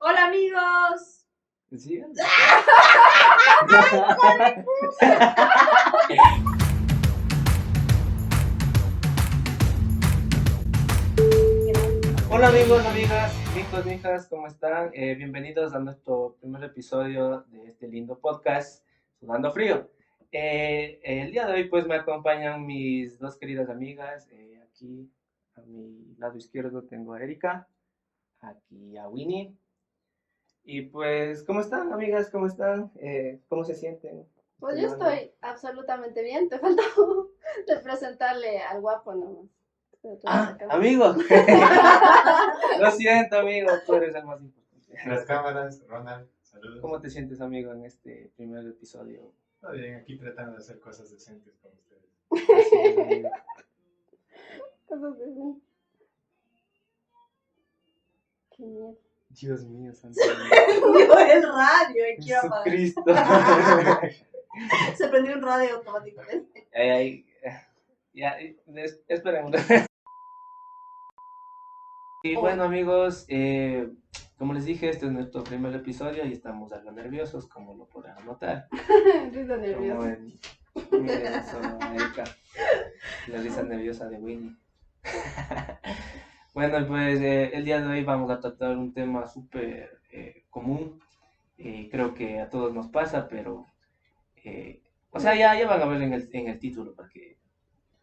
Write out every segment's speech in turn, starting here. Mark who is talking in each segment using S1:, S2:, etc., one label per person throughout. S1: Hola amigos.
S2: Sí. Hola amigos, amigas, hijos, hijas, ¿cómo están? Eh, bienvenidos a nuestro primer episodio de este lindo podcast, Sudando Frío. Eh, el día de hoy pues me acompañan mis dos queridas amigas. Eh, aquí a mi lado izquierdo tengo a Erika, aquí a Winnie. Y pues, ¿cómo están amigas? ¿Cómo están? Eh, ¿Cómo se sienten?
S1: Pues yo
S2: Hola.
S1: estoy absolutamente bien. Te falta de presentarle al guapo nomás. Pero tú
S2: Ah,
S1: acá.
S2: amigo. Lo siento amigo, tú eres el más
S3: Las
S2: importante.
S3: cámaras, Ronald, saludos.
S2: ¿Cómo te sientes amigo en este primer episodio?
S3: Todo bien, aquí tratando de hacer cosas decentes con ustedes.
S2: Así es, amigo.
S1: Cosas así. Qué miedo.
S2: Dios mío, santo.
S4: Prendió el radio y quiero apagar.
S2: Jesucristo.
S4: Se prendió un radio automáticamente.
S2: ay, ay, ya, es- esperemos. Y bueno, amigos, eh, como les dije, este es nuestro primer episodio y estamos algo nerviosos, como lo podrán notar.
S1: Risa
S2: Como
S1: nerviosa.
S2: en, miren, eso, Erika, la risa nerviosa de Winnie. bueno, pues eh, el día de hoy vamos a tratar un tema súper eh, común. eh, creo que a todos nos pasa, pero... eh, o sea, ya, ya van a ver en el, en el título, porque...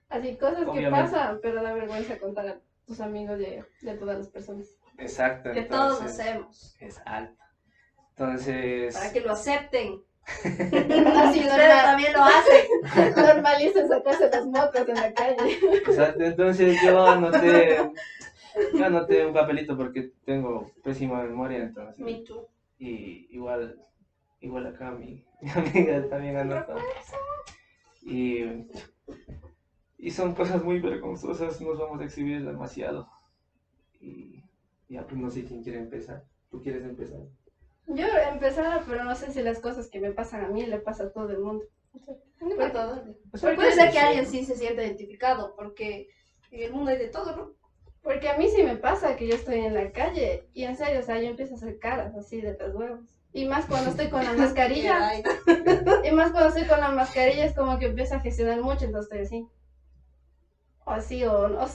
S1: Así cosas que
S2: Obviamente.
S1: pasan, pero da vergüenza contar a tus amigos de, de todas las personas.
S2: Exacto.
S4: Que todos hacemos.
S2: Es alto. Entonces...
S4: Para que lo acepten.
S1: Así
S4: Ustedes
S1: normal,
S4: también lo hacen.
S1: normaliza sacarse las motos en la calle.
S2: Exacto, entonces yo anoté, yo anoté un papelito porque tengo pésima memoria, entonces.
S4: Me too.
S2: Y igual, igual acá mi, mi amiga también anota. Y, y son cosas muy vergonzosas, nos vamos a exhibir demasiado. Y ya, pues no sé quién quiere empezar. ¿Tú quieres empezar?
S1: Yo empezaba, pero no sé si las cosas que me pasan a mí le pasa a todo el mundo.
S4: Para todos.
S2: O sea, pues,
S4: Pero puede ser
S2: sí.
S4: que alguien sí se sienta identificado, porque en el mundo hay de todo, ¿no?
S1: Porque a mí sí me pasa que yo estoy en la calle y en serio, o sea, yo empiezo a hacer caras así de los huevos. Y más cuando estoy con la mascarilla.
S4: Ay,
S1: y más cuando estoy con la mascarilla es como que empiezo a gestionar mucho, entonces estoy así. O así, o, o- o no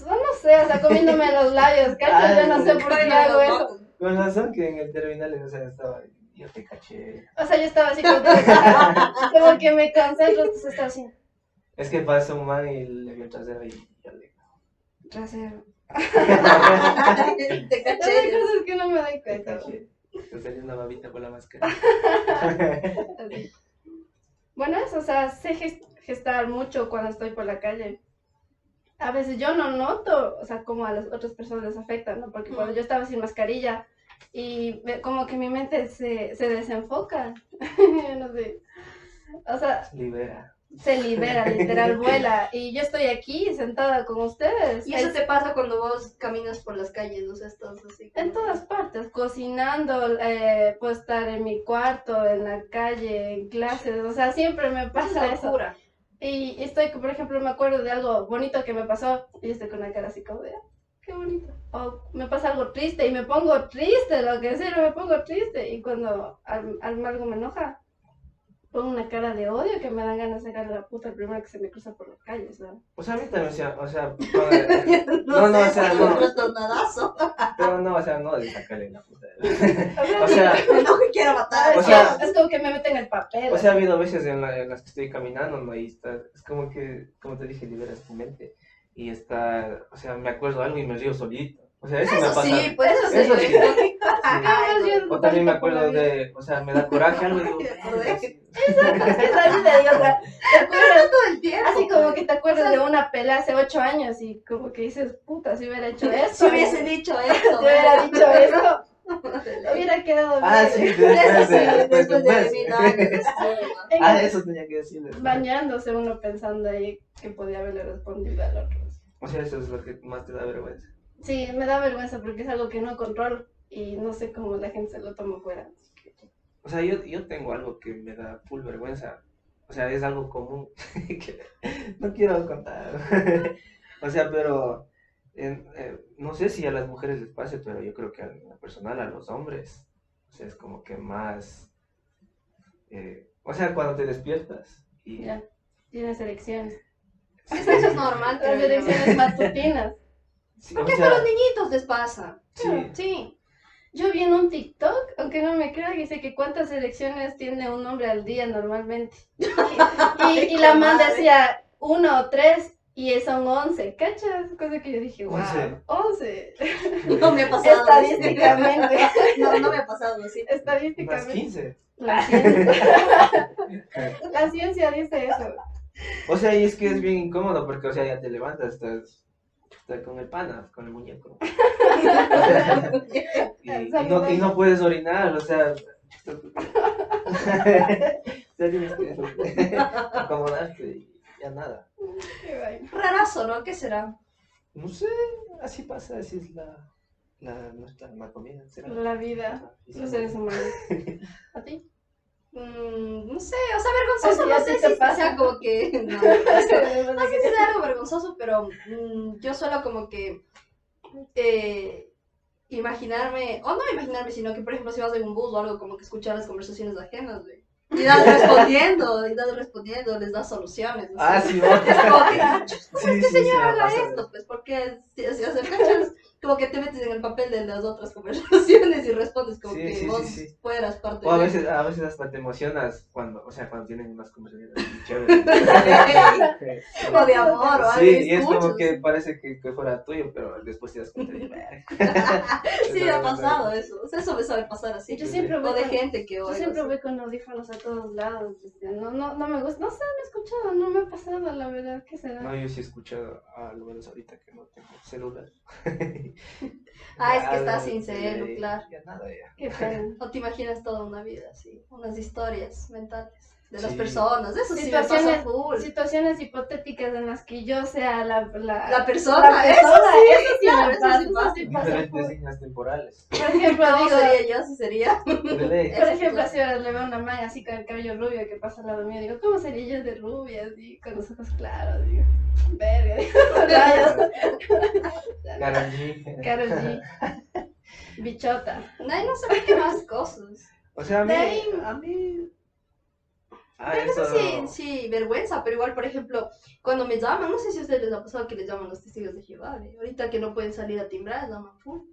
S1: sé, o sea, comiéndome los labios, cacho, yo no sé por qué
S4: bueno,
S1: hago
S4: no,
S1: eso.
S4: no.
S2: Con razón que en el terminal, o sea, estaba, yo te caché.
S1: O sea, yo estaba así como que, como que me concentro, entonces estaba así.
S2: Es que pasa un man y le vio el trasero y ya le...
S1: Trasero.
S4: Te
S1: Hay
S4: caché.
S1: cosas que no me doy
S2: Te
S1: cuenta.
S2: caché. Te salió una babita por la máscara.
S1: Así. Bueno, eso, o sea, sé ges- gestar mucho cuando estoy por la calle. A veces yo no noto, o sea, cómo a las otras personas les afecta, ¿no? Porque cuando yo estaba sin mascarilla y me- como que mi mente se, se desenfoca, Yo no sé. O sea,
S2: Libera.
S1: se libera, literal, vuela. Y yo estoy aquí sentada con ustedes.
S4: Y eso te pasa cuando vos caminas por las calles, o sea, estás así. como-
S1: En todas partes, cocinando, eh, puedo estar en mi cuarto, en la calle, en clases, o sea, siempre me
S4: Esa
S1: pasa
S4: es
S1: eso.
S4: locura.
S1: Y estoy, por ejemplo, me acuerdo de algo bonito que me pasó y estoy con la cara así como de, "Ah, qué bonito. O me pasa algo triste y me pongo triste, lo que en serio me pongo triste. Y cuando al- al- algo me enoja, pongo una cara de odio que me dan ganas de sacarle la puta al primero que se me cruza por la calle, o sea.
S2: O sea, a mí también, o sea, o sea, no, No, no,
S4: sé,
S2: o sea,
S4: fue
S2: no.
S4: Un ratonadazo.
S2: pero no, o sea, no de sacarle la puta.
S1: O
S2: O sea,
S4: No que quiero matar.
S2: o sea-
S1: es como que me meten el papel.
S2: o sea, ha habido veces en, la- en las que estoy caminando, ¿no? Y está, es como que, como te dije, liberas tu mente. Y está, o sea, me acuerdo algo y me río solito. O sea, eso, me ha
S4: Eso
S2: pasado.
S4: sí, pues eso sí.
S2: Eso sí.
S4: Ay,
S1: Ah, más bien,
S2: O también me
S1: bonito por la
S2: acuerdo
S1: vida.
S2: de, o sea, me da coraje algo y digo,
S4: Me acordé.
S1: Esa vida, y, o sea, ¿te acuerdas?
S4: todo el tiempo.
S1: Así como que te
S4: O
S1: acuerdas de
S4: sea,
S1: una pelea hace ocho años y como que dices, puta, si hubiera hecho esto.
S4: Si hubiese dicho esto.
S1: si hubiera dicho esto,
S4: esto.
S1: hubiera quedado bien.
S2: ah, sí,
S4: Eso
S2: después
S4: sí,
S2: de, después de
S4: después
S2: un
S4: de
S2: mes.
S4: mil años. sí.
S1: En-
S2: Ah, eso tenía que decirles.
S1: Bañándose uno pensando ahí que podía haberle respondido al otro.
S2: O sea, eso es lo que más te da vergüenza.
S1: Sí, me da vergüenza porque es algo que no controlo y no sé cómo la gente se lo toma fuera.
S2: O sea, yo, yo tengo algo que me da full vergüenza. O sea, es algo común que no quiero contar. o sea, pero en- eh, no sé si a las mujeres les pase, pero yo creo que a lo personal a los hombres O sea, es como que más... eh, o sea, cuando te despiertas y...
S1: Ya. Tienes elecciones.
S4: Eso es normal.
S1: Las
S4: creo yo.
S1: elecciones matutinas.
S2: Sí,
S4: ¿Por
S2: o
S4: qué hasta
S2: sea,
S4: los niñitos les pasa?
S2: sí.
S1: Sí. Yo vi en un TikTok, aunque no me crea, que dice que cuántas elecciones tiene un hombre al día normalmente. Y, y la
S4: Hijo
S1: man
S4: madre.
S1: decía uno o tres y son once, ¿cachas? Cosa que yo dije, wow,
S2: Once.
S1: once.
S4: No me ha pasado.
S1: Estadísticamente,
S4: No, no me ha pasado, sí.
S2: Más
S1: estadísticamente.
S2: 15.
S1: La ciencia, la ciencia dice eso.
S2: O sea, y es que es bien incómodo porque, o sea, ya te levantas, estás, estás con el pana, con el muñeco. O sea, y, y no, y no puedes orinar, o sea. o sea, tienes que acomodarte y ya nada.
S1: Qué vaina.
S4: Rarazo, ¿no? ¿Qué será?
S2: No sé, así pasa, así es la, la nuestra la comida. Ah, ¿será?
S1: La vida, los seres humanos. ¿A ti?
S4: Mm, no sé, o sea, vergonzoso, no
S1: Ay, ya sí
S4: sé
S1: te
S4: si
S1: pasa.
S4: sea como que... No, no sé si sea algo vergonzoso, pero mm, yo suelo como que eh, imaginarme, o no imaginarme, sino que por ejemplo si vas en un bus o algo, como que escuchar las conversaciones ajenas, güey. Y das respondiendo, y das respondiendo, les das soluciones. no
S2: Ah,
S4: sé.
S2: sí, vos.
S4: Es como que,
S2: Sí, sí, sí, me
S4: este haga
S2: pasa.
S4: esto, pues, porque si, si haces cachas, como que te metes en el papel de las otras conversaciones y respondes como
S2: Sí,
S4: que
S2: sí,
S4: vos
S2: sí, sí.
S4: fueras parte
S2: O a
S4: de-
S2: veces, a veces hasta te emocionas cuando, o sea, cuando tienen unas conversaciones así chéveres.
S4: Como de amor o algo.
S2: Sí, y es
S4: escuchas.
S2: como que parece que, que fuera tuyo, pero después te das cuenta y
S4: Sí, ha pasado eso. O sea, eso me sabe pasar así.
S1: Yo siempre
S4: O
S1: voy
S4: de
S1: con-
S4: gente que
S1: Yo
S4: oigo.
S1: siempre
S4: así.
S1: voy con audífonos a todos lados. o sea, No, no, no me gusta, no sé, no he escuchado, no me ha pasado, la verdad, ¿qué será?
S2: No, yo sí he escuchado, a lo menos ahorita que no tengo celular.
S4: Ah, es que
S2: Ya,
S4: estás sin
S2: ya,
S4: celu,
S2: ya,
S4: claro.
S2: Ya nada, ya.
S1: Qué pena.
S4: O te imaginas toda una vida así. Unas historias mentales de las
S2: Sí.
S4: personas. Eso sí me pasa
S1: Situaciones-
S4: full.
S1: Situaciones hipotéticas en las que yo sea la, la,
S4: La persona, eso sí,
S1: eso sí,
S4: claro,
S1: me
S4: eso
S1: pasa,
S4: sí
S1: eso
S4: pasa.
S1: sí pasa.
S2: Diferentes líneas temporales.
S1: Por ejemplo,
S4: ¿Cómo
S1: digo,
S4: sería yo si sería?
S2: De ley.
S1: por
S4: Eso
S1: ejemplo,
S4: claro.
S1: si ahora le veo a una man así con el cabello rubio que pasa al lado mío, digo, ¿cómo sería yo de rubia, así, con los ojos claros? Digo, verga, digo, rayos,
S2: Karol G.
S1: Karol G, bichota.
S4: Nadie no sabe qué más cosas.
S2: O sea, a mí.
S4: De ahí-
S2: A mí. Ah,
S4: Pero
S2: eso.
S4: no sé si, si vergüenza, pero igual, por ejemplo, cuando me llaman, no sé si a ustedes les ha pasado que les llaman los testigos de Jehová. ¿eh? Ahorita que no pueden salir a timbrar, llaman full.
S2: Ah,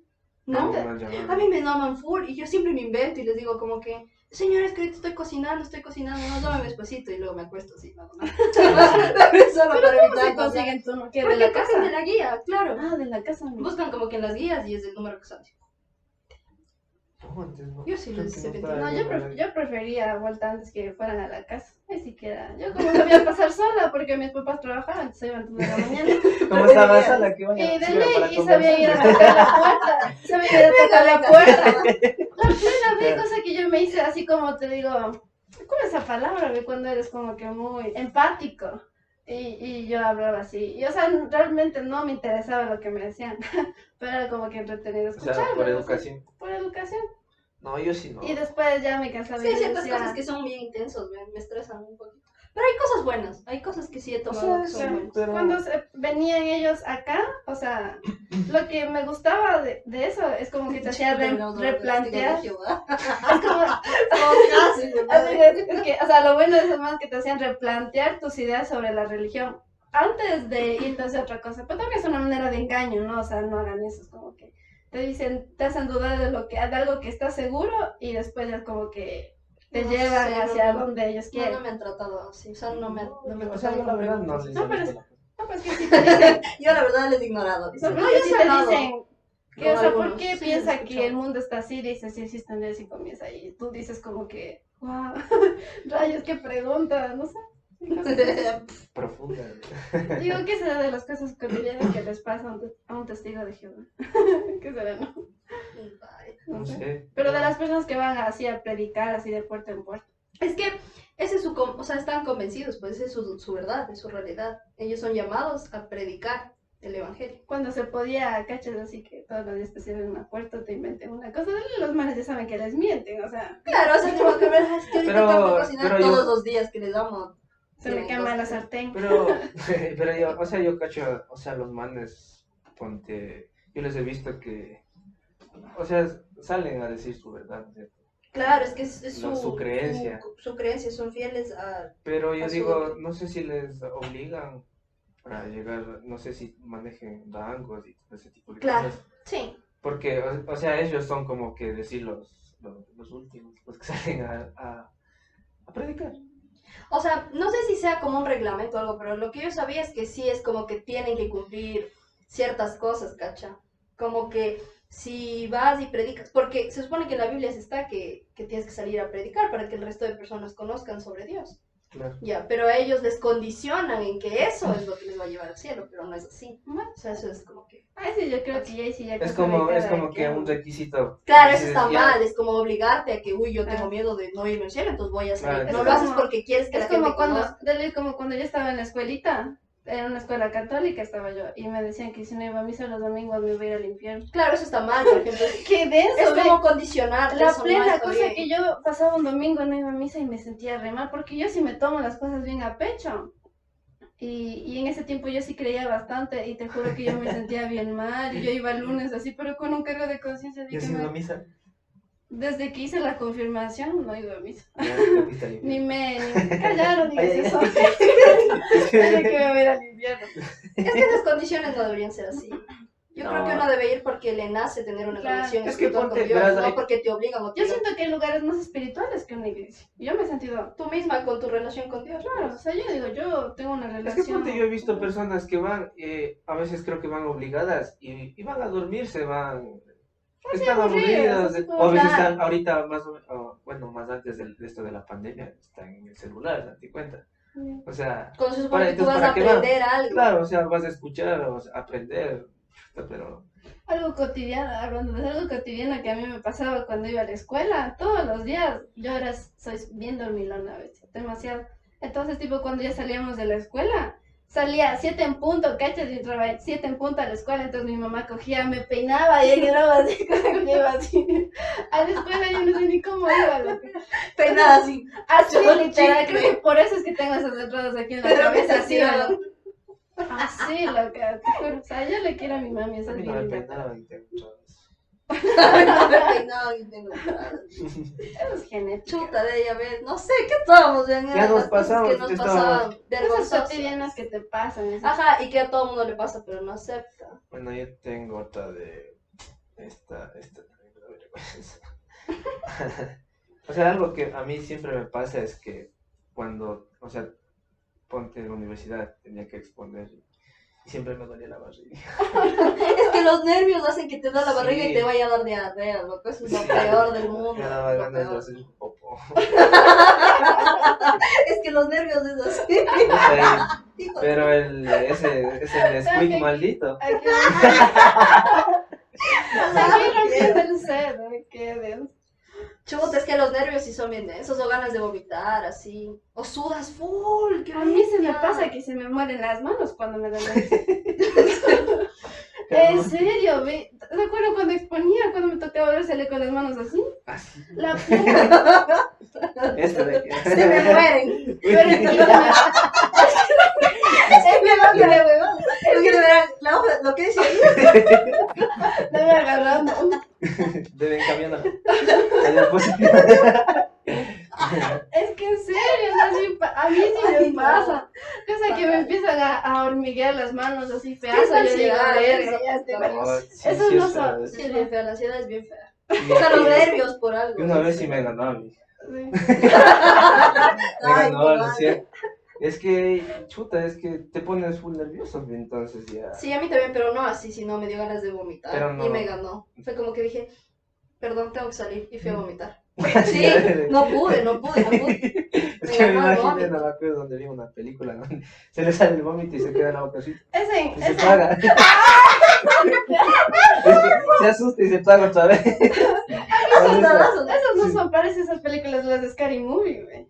S2: No,
S4: ¿No?
S2: no, yo no.
S4: A mí me llaman full y yo siempre me invento y les digo como que, señores, que ahorita estoy cocinando, estoy cocinando, no llamen despacito y luego me acuesto así, nada más. Solo para
S1: ¿Cómo se
S4: evitar conseguir.
S1: consiguen tu no
S4: Porque
S1: de la
S4: cogen de
S1: casa?
S4: la guía, claro.
S1: Ah, de la casa. no.
S4: Buscan como que en las guías y es el número que sale.
S2: No, antes no.
S4: Yo sí
S2: Creo
S4: les
S2: que
S4: sé que-
S2: estaba
S1: No,
S2: bien
S1: yo, pref-
S2: para-
S1: yo prefería vuelta antes que fueran a la casa. Ni siquiera. Yo como sabía pasar sola porque mis papás trabajaban, entonces se iban toda la mañana.
S2: ¿Cómo estaba esa la que
S1: Y
S2: van a
S1: de
S2: sí, para
S1: ley, Eh, y
S2: conversar?
S1: sabía ir a tocar la puerta. Sabía ir a tocar la puerta. La primera vez, cosa que yo me hice así como te digo, ¿cómo es esa palabra? ve? Cuando eres como que muy empático. Y, y yo hablaba así. Y o sea, realmente no me interesaba lo que me decían. Pero era como que entretenido
S2: O
S1: escucharlo.
S2: sea, por
S1: pues,
S2: educación. Ah.
S1: Por educación.
S2: No, yo sí no.
S1: Y después ya me cansaba
S4: Sí,
S1: y
S4: hay ciertas
S1: decía,
S4: cosas que son bien intensos, me, me estresan un poquito. Pero hay cosas buenas, hay cosas que sí he
S2: O
S4: tomado
S2: sea,
S4: que son
S2: sí,
S4: buenas.
S2: pero-
S1: Cuando se- venían ellos acá, o sea, lo que me gustaba de, de eso es como que te hacía re-
S4: Pero no, no,
S1: replantear.
S4: testigo de Jehová.
S1: Es como,
S4: Oh, Casi, me
S1: así
S4: parece.
S1: es, es que, o sea, lo bueno de eso más que te hacían replantear tus ideas sobre la religión antes de irte a hacer otra cosa. Pero también es una manera de engaño, ¿no? O sea, no hagan eso, es como que te dicen, te hacen dudar de, lo que, de algo que estás seguro y después es como que te
S4: No
S1: llevan
S4: sé,
S1: hacia
S4: no-
S1: donde ellos
S4: No,
S1: quieren.
S4: no me han tratado así, o sea, no me, no me han
S2: O sea, yo
S4: tratado
S2: la
S4: como
S2: verdad no
S4: preguntas.
S2: les
S1: No, pero
S2: he
S1: es-
S2: visto la-
S1: No, pues que si te dicen,
S4: Yo la verdad les he ignorado.
S1: No,
S4: No,
S1: pero
S4: yo
S1: si
S4: sí he
S1: te
S4: hablado.
S1: dicen
S4: Con
S1: que, o sea, ¿por
S4: algunos,
S1: qué
S4: sí,
S1: piensa
S4: he
S1: que el
S4: escuchado.
S1: mundo está así? Dice, sí existen Dios y comienza ahí. Tú dices como que, wow, rayos, qué pregunta, no sé.
S2: profunda.
S1: Digo que será de las cosas cotidianas que les pasa a un, a un testigo de Jehová. ¿Qué será, no? No
S4: Pues,
S2: No
S1: sé.
S2: sé.
S1: Pero de las personas que van así a predicar, así de puerta en puerta.
S4: Es que ese es su, com- o sea, están convencidos, pues esa es su, su verdad, es su realidad. Ellos son llamados a predicar el evangelio.
S1: Cuando se podía, cachas, así que todos los días te cierren una puerta, te inventen una cosa. Los manes ya saben que les mienten, o sea,
S4: Claro, o sea, tengo que ver, es que ahorita
S2: Pero-
S4: tengo que cocinar
S2: pero yo-
S4: todos los días que les damos.
S1: se me
S4: Sí,
S1: quema la
S4: entonces-
S1: sartén.
S2: Pero, pero yo, o sea, yo cacho, o sea, los manes, ponte, yo les he visto que, o sea, salen a decir su verdad, ¿cierto?
S4: Claro, es que es, es
S2: No,
S4: su,
S2: su creencia.
S4: Su, su creencia, son fieles a...
S2: Pero yo
S4: Azul.
S2: digo, no sé si les obligan para llegar, no sé si manejen bancos y todo ese tipo de
S4: Claro.
S2: cosas.
S1: Sí.
S2: Porque, o, o sea, ellos son como que decir los, los, los últimos, los que salen a, a, a predicar.
S4: O sea, no sé si sea como un reglamento o algo, pero lo que yo sabía es que sí es como que tienen que cumplir ciertas cosas, ¿cacha? Como que si vas y predicas, porque se supone que en la Biblia se está que, que tienes que salir a predicar para que el resto de personas conozcan sobre Dios.
S2: Claro.
S4: Ya, pero a ellos les condicionan en que eso es lo que les va a llevar al cielo, pero no es así. O sea, eso es como que...
S1: Ah, sí, yo creo que ya sí, ya
S2: Es
S1: cosa
S2: como,
S1: de
S2: es
S1: cada
S2: como que
S1: quien.
S2: un requisito.
S4: Claro, eso
S2: Dices,
S4: está
S2: ya,
S4: mal, es como obligarte a que, uy, yo tengo
S1: Claro.
S4: miedo de no irme al cielo, entonces voy a salir.
S2: Claro,
S4: no lo
S1: claro.
S4: haces porque quieres que
S1: Es
S4: la gente
S1: como cuando,
S4: conozca.
S1: dale, es como cuando yo estaba en la escuelita, en una escuela católica estaba yo, y me decían que si no iba a misa los domingos me iba a ir al infierno.
S4: Claro, eso está mal, por ejemplo.
S1: ¡Qué denso!
S4: Es
S1: ve!
S4: como condicionar.
S1: la plena cosa que yo pasaba un domingo no iba a misa y me sentía re mal, porque yo sí me tomo las cosas bien a pecho. Y, y en ese tiempo yo sí creía bastante y te juro que yo me sentía bien mal y yo iba el lunes así, pero con un cargo de conciencia de
S2: Yo
S1: que
S2: sí no
S1: no-
S2: misa.
S1: desde que hice la confirmación no he ido a misa.
S2: Ya, capita limpia.
S1: Ni me, ni me callaron, digas
S2: Ay, ay,
S1: eso. Desde que me voy a ir al infierno.
S4: Es que las condiciones no deberían ser así. Yo
S2: No.
S4: creo que uno debe ir porque le nace tener una
S1: Claro.
S4: conexión
S2: Es que
S4: espiritual
S2: ponte-
S4: con Dios,
S2: verás,
S4: no
S2: hay-
S4: porque te obligan o te
S1: Yo
S4: obligan.
S1: siento que hay lugares más espirituales que una iglesia. Yo me he sentido.
S4: tú misma con tu relación con Dios.
S1: Claro, o sea, yo digo, yo tengo una
S2: Es
S1: relación.
S2: que ponte, yo he visto personas que van, eh, a veces creo que van obligadas y, y van a dormirse, van.
S4: Pues
S2: Están
S1: aburridas,
S2: aburridas,
S1: así como
S2: o a veces
S1: hablar.
S2: están ahorita más o menos, bueno, más antes del- de esto de la pandemia, están en el celular, date cuenta. O sea,
S4: Cuando se supone
S2: Para-
S4: que tú
S2: entonces,
S4: vas a
S2: ¿para qué va?
S4: aprender algo.
S2: claro, o sea, vas a escuchar, o sea, aprender, pero
S1: Algo cotidiano, hablando de algo cotidiano que a mí me pasaba cuando iba a la escuela, todos los días. Yo ahora soy bien dormilona a veces, demasiado. Entonces, tipo, cuando ya salíamos de la escuela, salía a 7 en punto, cachas, y entraba 7 en punto a la escuela. Entonces, mi mamá cogía, me peinaba y quedaba así, como que iba así. A la escuela yo no sé ni cómo iba, loco.
S4: Peinada así.
S1: Así,
S4: Yo no
S1: literal,
S4: chicle.
S1: creo que por eso es que tengo esas entradas aquí en la
S4: Pero
S1: cabeza,
S4: que
S1: así,
S4: se hacía.
S1: loco. Así, loca, te juro. O sea, yo le quiero a mi mami, esa
S2: a
S1: es
S2: mí
S1: mi
S2: no me
S1: vida.
S2: peinaban y te
S4: Peinada y tengo-
S1: Eso es genética.
S4: Chuta de ella, ¿ves? No sé, ¿qué estábamos? Ya
S2: Ya nos pasamos,
S4: Que nos
S2: ya
S4: pasaban
S1: Cosas
S4: vergonzosas.
S1: cotidianas que te pasan. esas-
S4: Ajá, y que a todo mundo le pasa, pero no acepta.
S2: Bueno, yo tengo otra de esta, esta también me da vergüenza. O sea, algo que a mí siempre me pasa es que cuando, o sea, ponte en la universidad, tenía que exponer y siempre me dolía la barriga.
S4: Es que los nervios hacen que te da la
S2: Sí.
S4: barriga y te vaya a dar diarrea, loco. Eso es lo
S2: Sí.
S4: peor del mundo.
S2: Me daba
S4: lo
S2: ganas de
S4: peor.
S2: hacer un popo.
S4: Es que los nervios es así.
S2: No sé,
S4: hijo.
S2: Pero el, ese, ese Nesquik maldito.
S1: Aquí aquí rompiendo el cerdo, qué denso.
S4: Chuta, es que los nervios sí son bien densos, o ganas de vomitar, así. O sudas full. qué
S1: A mí se me
S4: bestia.
S1: pasa que se me mueren las manos cuando me dan la- En serio, ve, ¿te acuerdas cuando exponía, cuando me tocaba hablársele con las manos así?
S2: Así.
S1: La puta,
S2: Este de aquí.
S4: Se me mueren.
S1: pero es que la-
S4: Es que no quiere, huevón. Es que de verdad, la hoja, lo que dice ahí.
S1: la voy agarrando.
S2: Deben cambiarlo. A la positiva.
S1: Es que en serio, o sea, sí pa- a mí sí
S4: Ay,
S1: me
S4: no.
S1: pasa. Cosa que me
S4: Fatal.
S1: empiezan a, a hormiguear las manos así feas.
S4: Es
S1: Yo digo,
S4: ansiedad,
S1: verga,
S4: es
S1: ya este
S4: ansiedad.
S2: No, sí,
S1: Eso
S2: sí,
S1: no
S2: es feo,
S1: son-
S2: es-
S4: Sí, es bien fea, la ansiedad es bien fea.
S2: y-
S4: O sea, los
S2: y-
S4: nervios por algo.
S2: Una vez sí me ganó a mí.
S1: Sí.
S2: Me
S4: Ay,
S2: ganó,
S4: qué
S2: lo siento. Es que, chuta, es que te pones full nervioso, entonces ya.
S4: Sí, a mí también, pero no así, sino me dio ganas de vomitar.
S2: Pero no.
S4: Y me ganó. Fue como que dije, perdón, tengo que salir. Y fui a vomitar. Sí, no pude, no pude, no pude.
S2: es que me
S4: ganó el
S2: imaginé,
S4: vómito.
S2: no me acuerdo donde vi una película donde se le sale el vómito y se queda en la boca así.
S1: Es en,
S2: Y
S1: es
S2: se
S1: en-
S2: para. Es que se asusta y se para otra vez.
S4: Esos
S2: Parece-
S4: dadazos, ¿no?
S1: Esas no
S2: Sí.
S1: son pares esas películas las de Scary Movie, güey.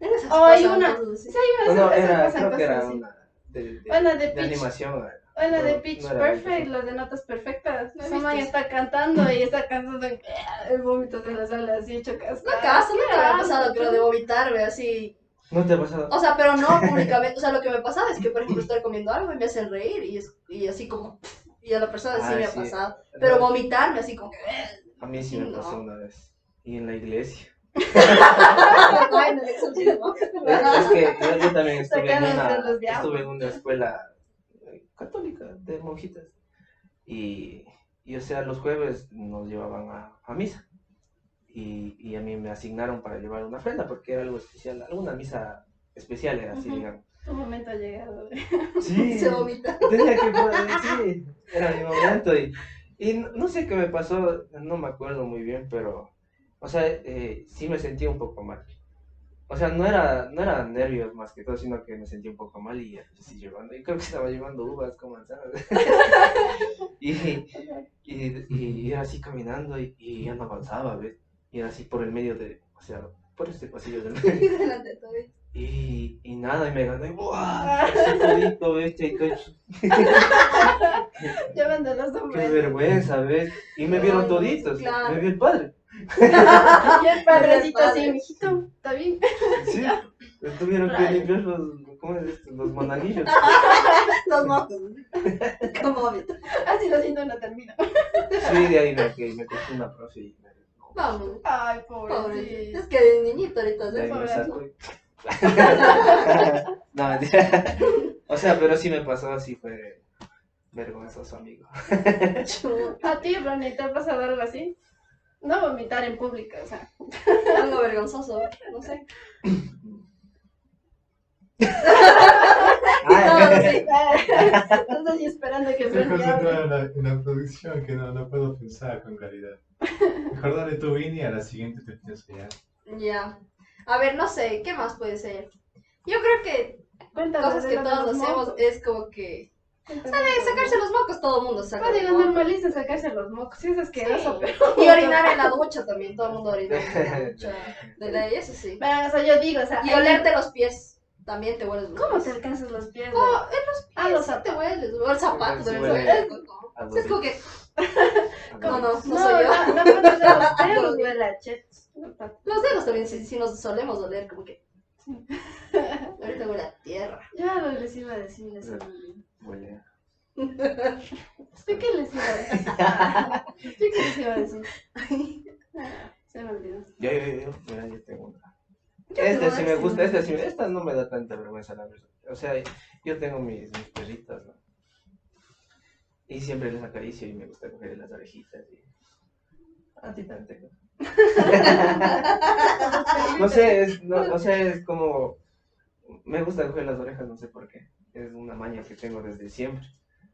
S4: Eran esas
S1: Oh, hay
S4: cosas,
S1: una-
S4: entonces, sí.
S2: No, Ah, no,
S1: Esas
S2: era,
S1: pasan
S2: creo que
S1: cosas
S2: era
S1: así.
S2: una de, de,
S1: Bueno, de
S2: de
S1: Pitch,
S2: animación.
S1: bueno, de
S2: no,
S1: Pitch
S2: no era
S1: Perfect,
S2: animación.
S1: los de notas perfectas.
S4: No he
S1: Esa
S4: visto
S1: man
S4: eso.
S1: está cantando y está cantando eh, el vómito de la sala así hecho cascada.
S4: Una casa,
S1: Qué
S4: nunca me había
S1: asco,
S4: pasado que lo de vomitar, ve, así.
S2: ¿No te ha pasado?
S4: O sea, pero no públicamente. O sea, lo que me pasaba es que, por ejemplo, estoy comiendo algo y me hacen reír. Y, es, y así como. Y a la persona sí
S2: Ah,
S4: me ha
S2: sí.
S4: pasado. Pero vomitarme así como.
S2: A mí sí me
S4: No.
S2: pasó una vez. y en la iglesia.
S4: Ay, no, el exorcismo.
S2: Es que yo, yo también estuve en,
S1: Sacados de
S2: una,
S1: los diablos.
S2: estuve en una escuela eh, católica de monjitas. Y, y, o sea, los jueves nos llevaban a, a misa. Y, y a mí me asignaron para llevar una ofrenda porque era algo especial, alguna misa especial era así,
S4: Ujú.
S2: digamos.
S1: Tu momento ha llegado.
S2: Sí,
S4: Se vomita.
S2: tenía que poder, sí, era mi momento. Y, y no- no sé qué me pasó, no me acuerdo muy bien, pero, o sea, eh, sí me sentí un poco mal. O sea, no era, no era nervios más que todo, sino que me sentí un poco mal y ya, sí, llevando, y creo que estaba llevando uvas con manzanas. y, y, y era así caminando y, y ya no avanzaba, ¿ves? Y era así por el medio de, o sea, por este pasillo del medio.
S4: Y delante de todo.
S2: Y, y nada, y me ganó y
S1: Ah,
S2: ¡buah! Así todito, bestia, y todo.
S1: Llevando los
S2: Qué
S1: hombres.
S2: vergüenza, ¿ves? Y me
S4: Ay,
S2: vieron
S4: no,
S2: toditos.
S4: claro.
S2: Me vio el padre.
S1: Y el padrecito
S4: Padre.
S1: así, mijito, está bien.
S2: Sí. Me tuvieron que
S1: Rayos.
S2: limpiar los, ¿cómo es esto? Los monanillos.
S4: Los mocos. Como vomita.
S1: Así lo siento, no termina.
S2: Sí, de ahí me, que me costó una profe y me no,
S4: Vamos.
S1: Ay,
S4: Pobre.
S1: pobrecito.
S4: Es que de niñito ahorita
S2: de
S4: se
S2: ahí me
S1: pobre.
S2: sacó y- No, mentira. O sea, pero sí me pasó así, fue vergonzoso, amigo.
S4: chulo.
S1: A ti, Ronnie, ¿te ha pasado algo así? No vomitar en público, o sea.
S4: Algo vergonzoso. No sé.
S2: Ah,
S4: No, sí.
S1: Estoy esperando que
S3: Estoy
S1: Ronnie hable.
S3: concentrado en la, en la producción que no, no puedo pensar con claridad. Mejor dale tu Vini y a la siguiente te pienso ya.
S4: Ya. A ver, no sé. ¿Qué más puede ser? Yo creo que
S1: Cuéntanos.
S4: cosas que todos hacemos es como que. eh, sacarse los mocos, todo el mundo se saca. los
S1: Código
S4: mocos.
S1: normalista sacarse los mocos, sí es asqueroso,
S4: Sí.
S1: pero...
S4: Y orinar en la ducha también, todo el mundo orina en la ducha. De la eso sí.
S1: Pero, o sea, yo digo, o sea...
S4: Y
S1: hay-
S4: olerte los pies, también te hueles los
S1: ¿Cómo te
S4: pies.
S1: alcanzas los pies?
S4: No,
S1: güey?
S4: en los pies
S1: Ah, los
S4: sí te
S1: zapatos.
S4: hueles, o el zapato
S2: Sí,
S4: también
S2: huele.
S4: se huele. ¿no?
S2: A
S4: Es como
S2: dormir,
S4: que
S2: a
S4: no,
S2: dormir.
S4: no soy yo. Ah,
S1: No, no, no, los dedos, güey, la chetos.
S4: los dedos también si, si nos solemos oler, como que... Ahorita huele a tierra.
S1: Yo algo les iba a decir, les iba a decir.
S2: Huele.
S1: ¿Yo qué les iba a decir? ¿Yo qué les iba a decir? Ah, Se me olvidó.
S2: Yo, yo, yo, yo, mira, yo tengo una. Esta Este sí me gusta, esta sí, me- esta no me da tanta vergüenza, la verdad. O sea, yo tengo mis, mis perritas, ¿no? Y siempre les acaricio y me gusta coger las orejitas. Y... A ti también te gusta. No sé, es, no, o sea, es como... Me gusta coger las orejas, no sé por qué. Es una maña que tengo desde siempre.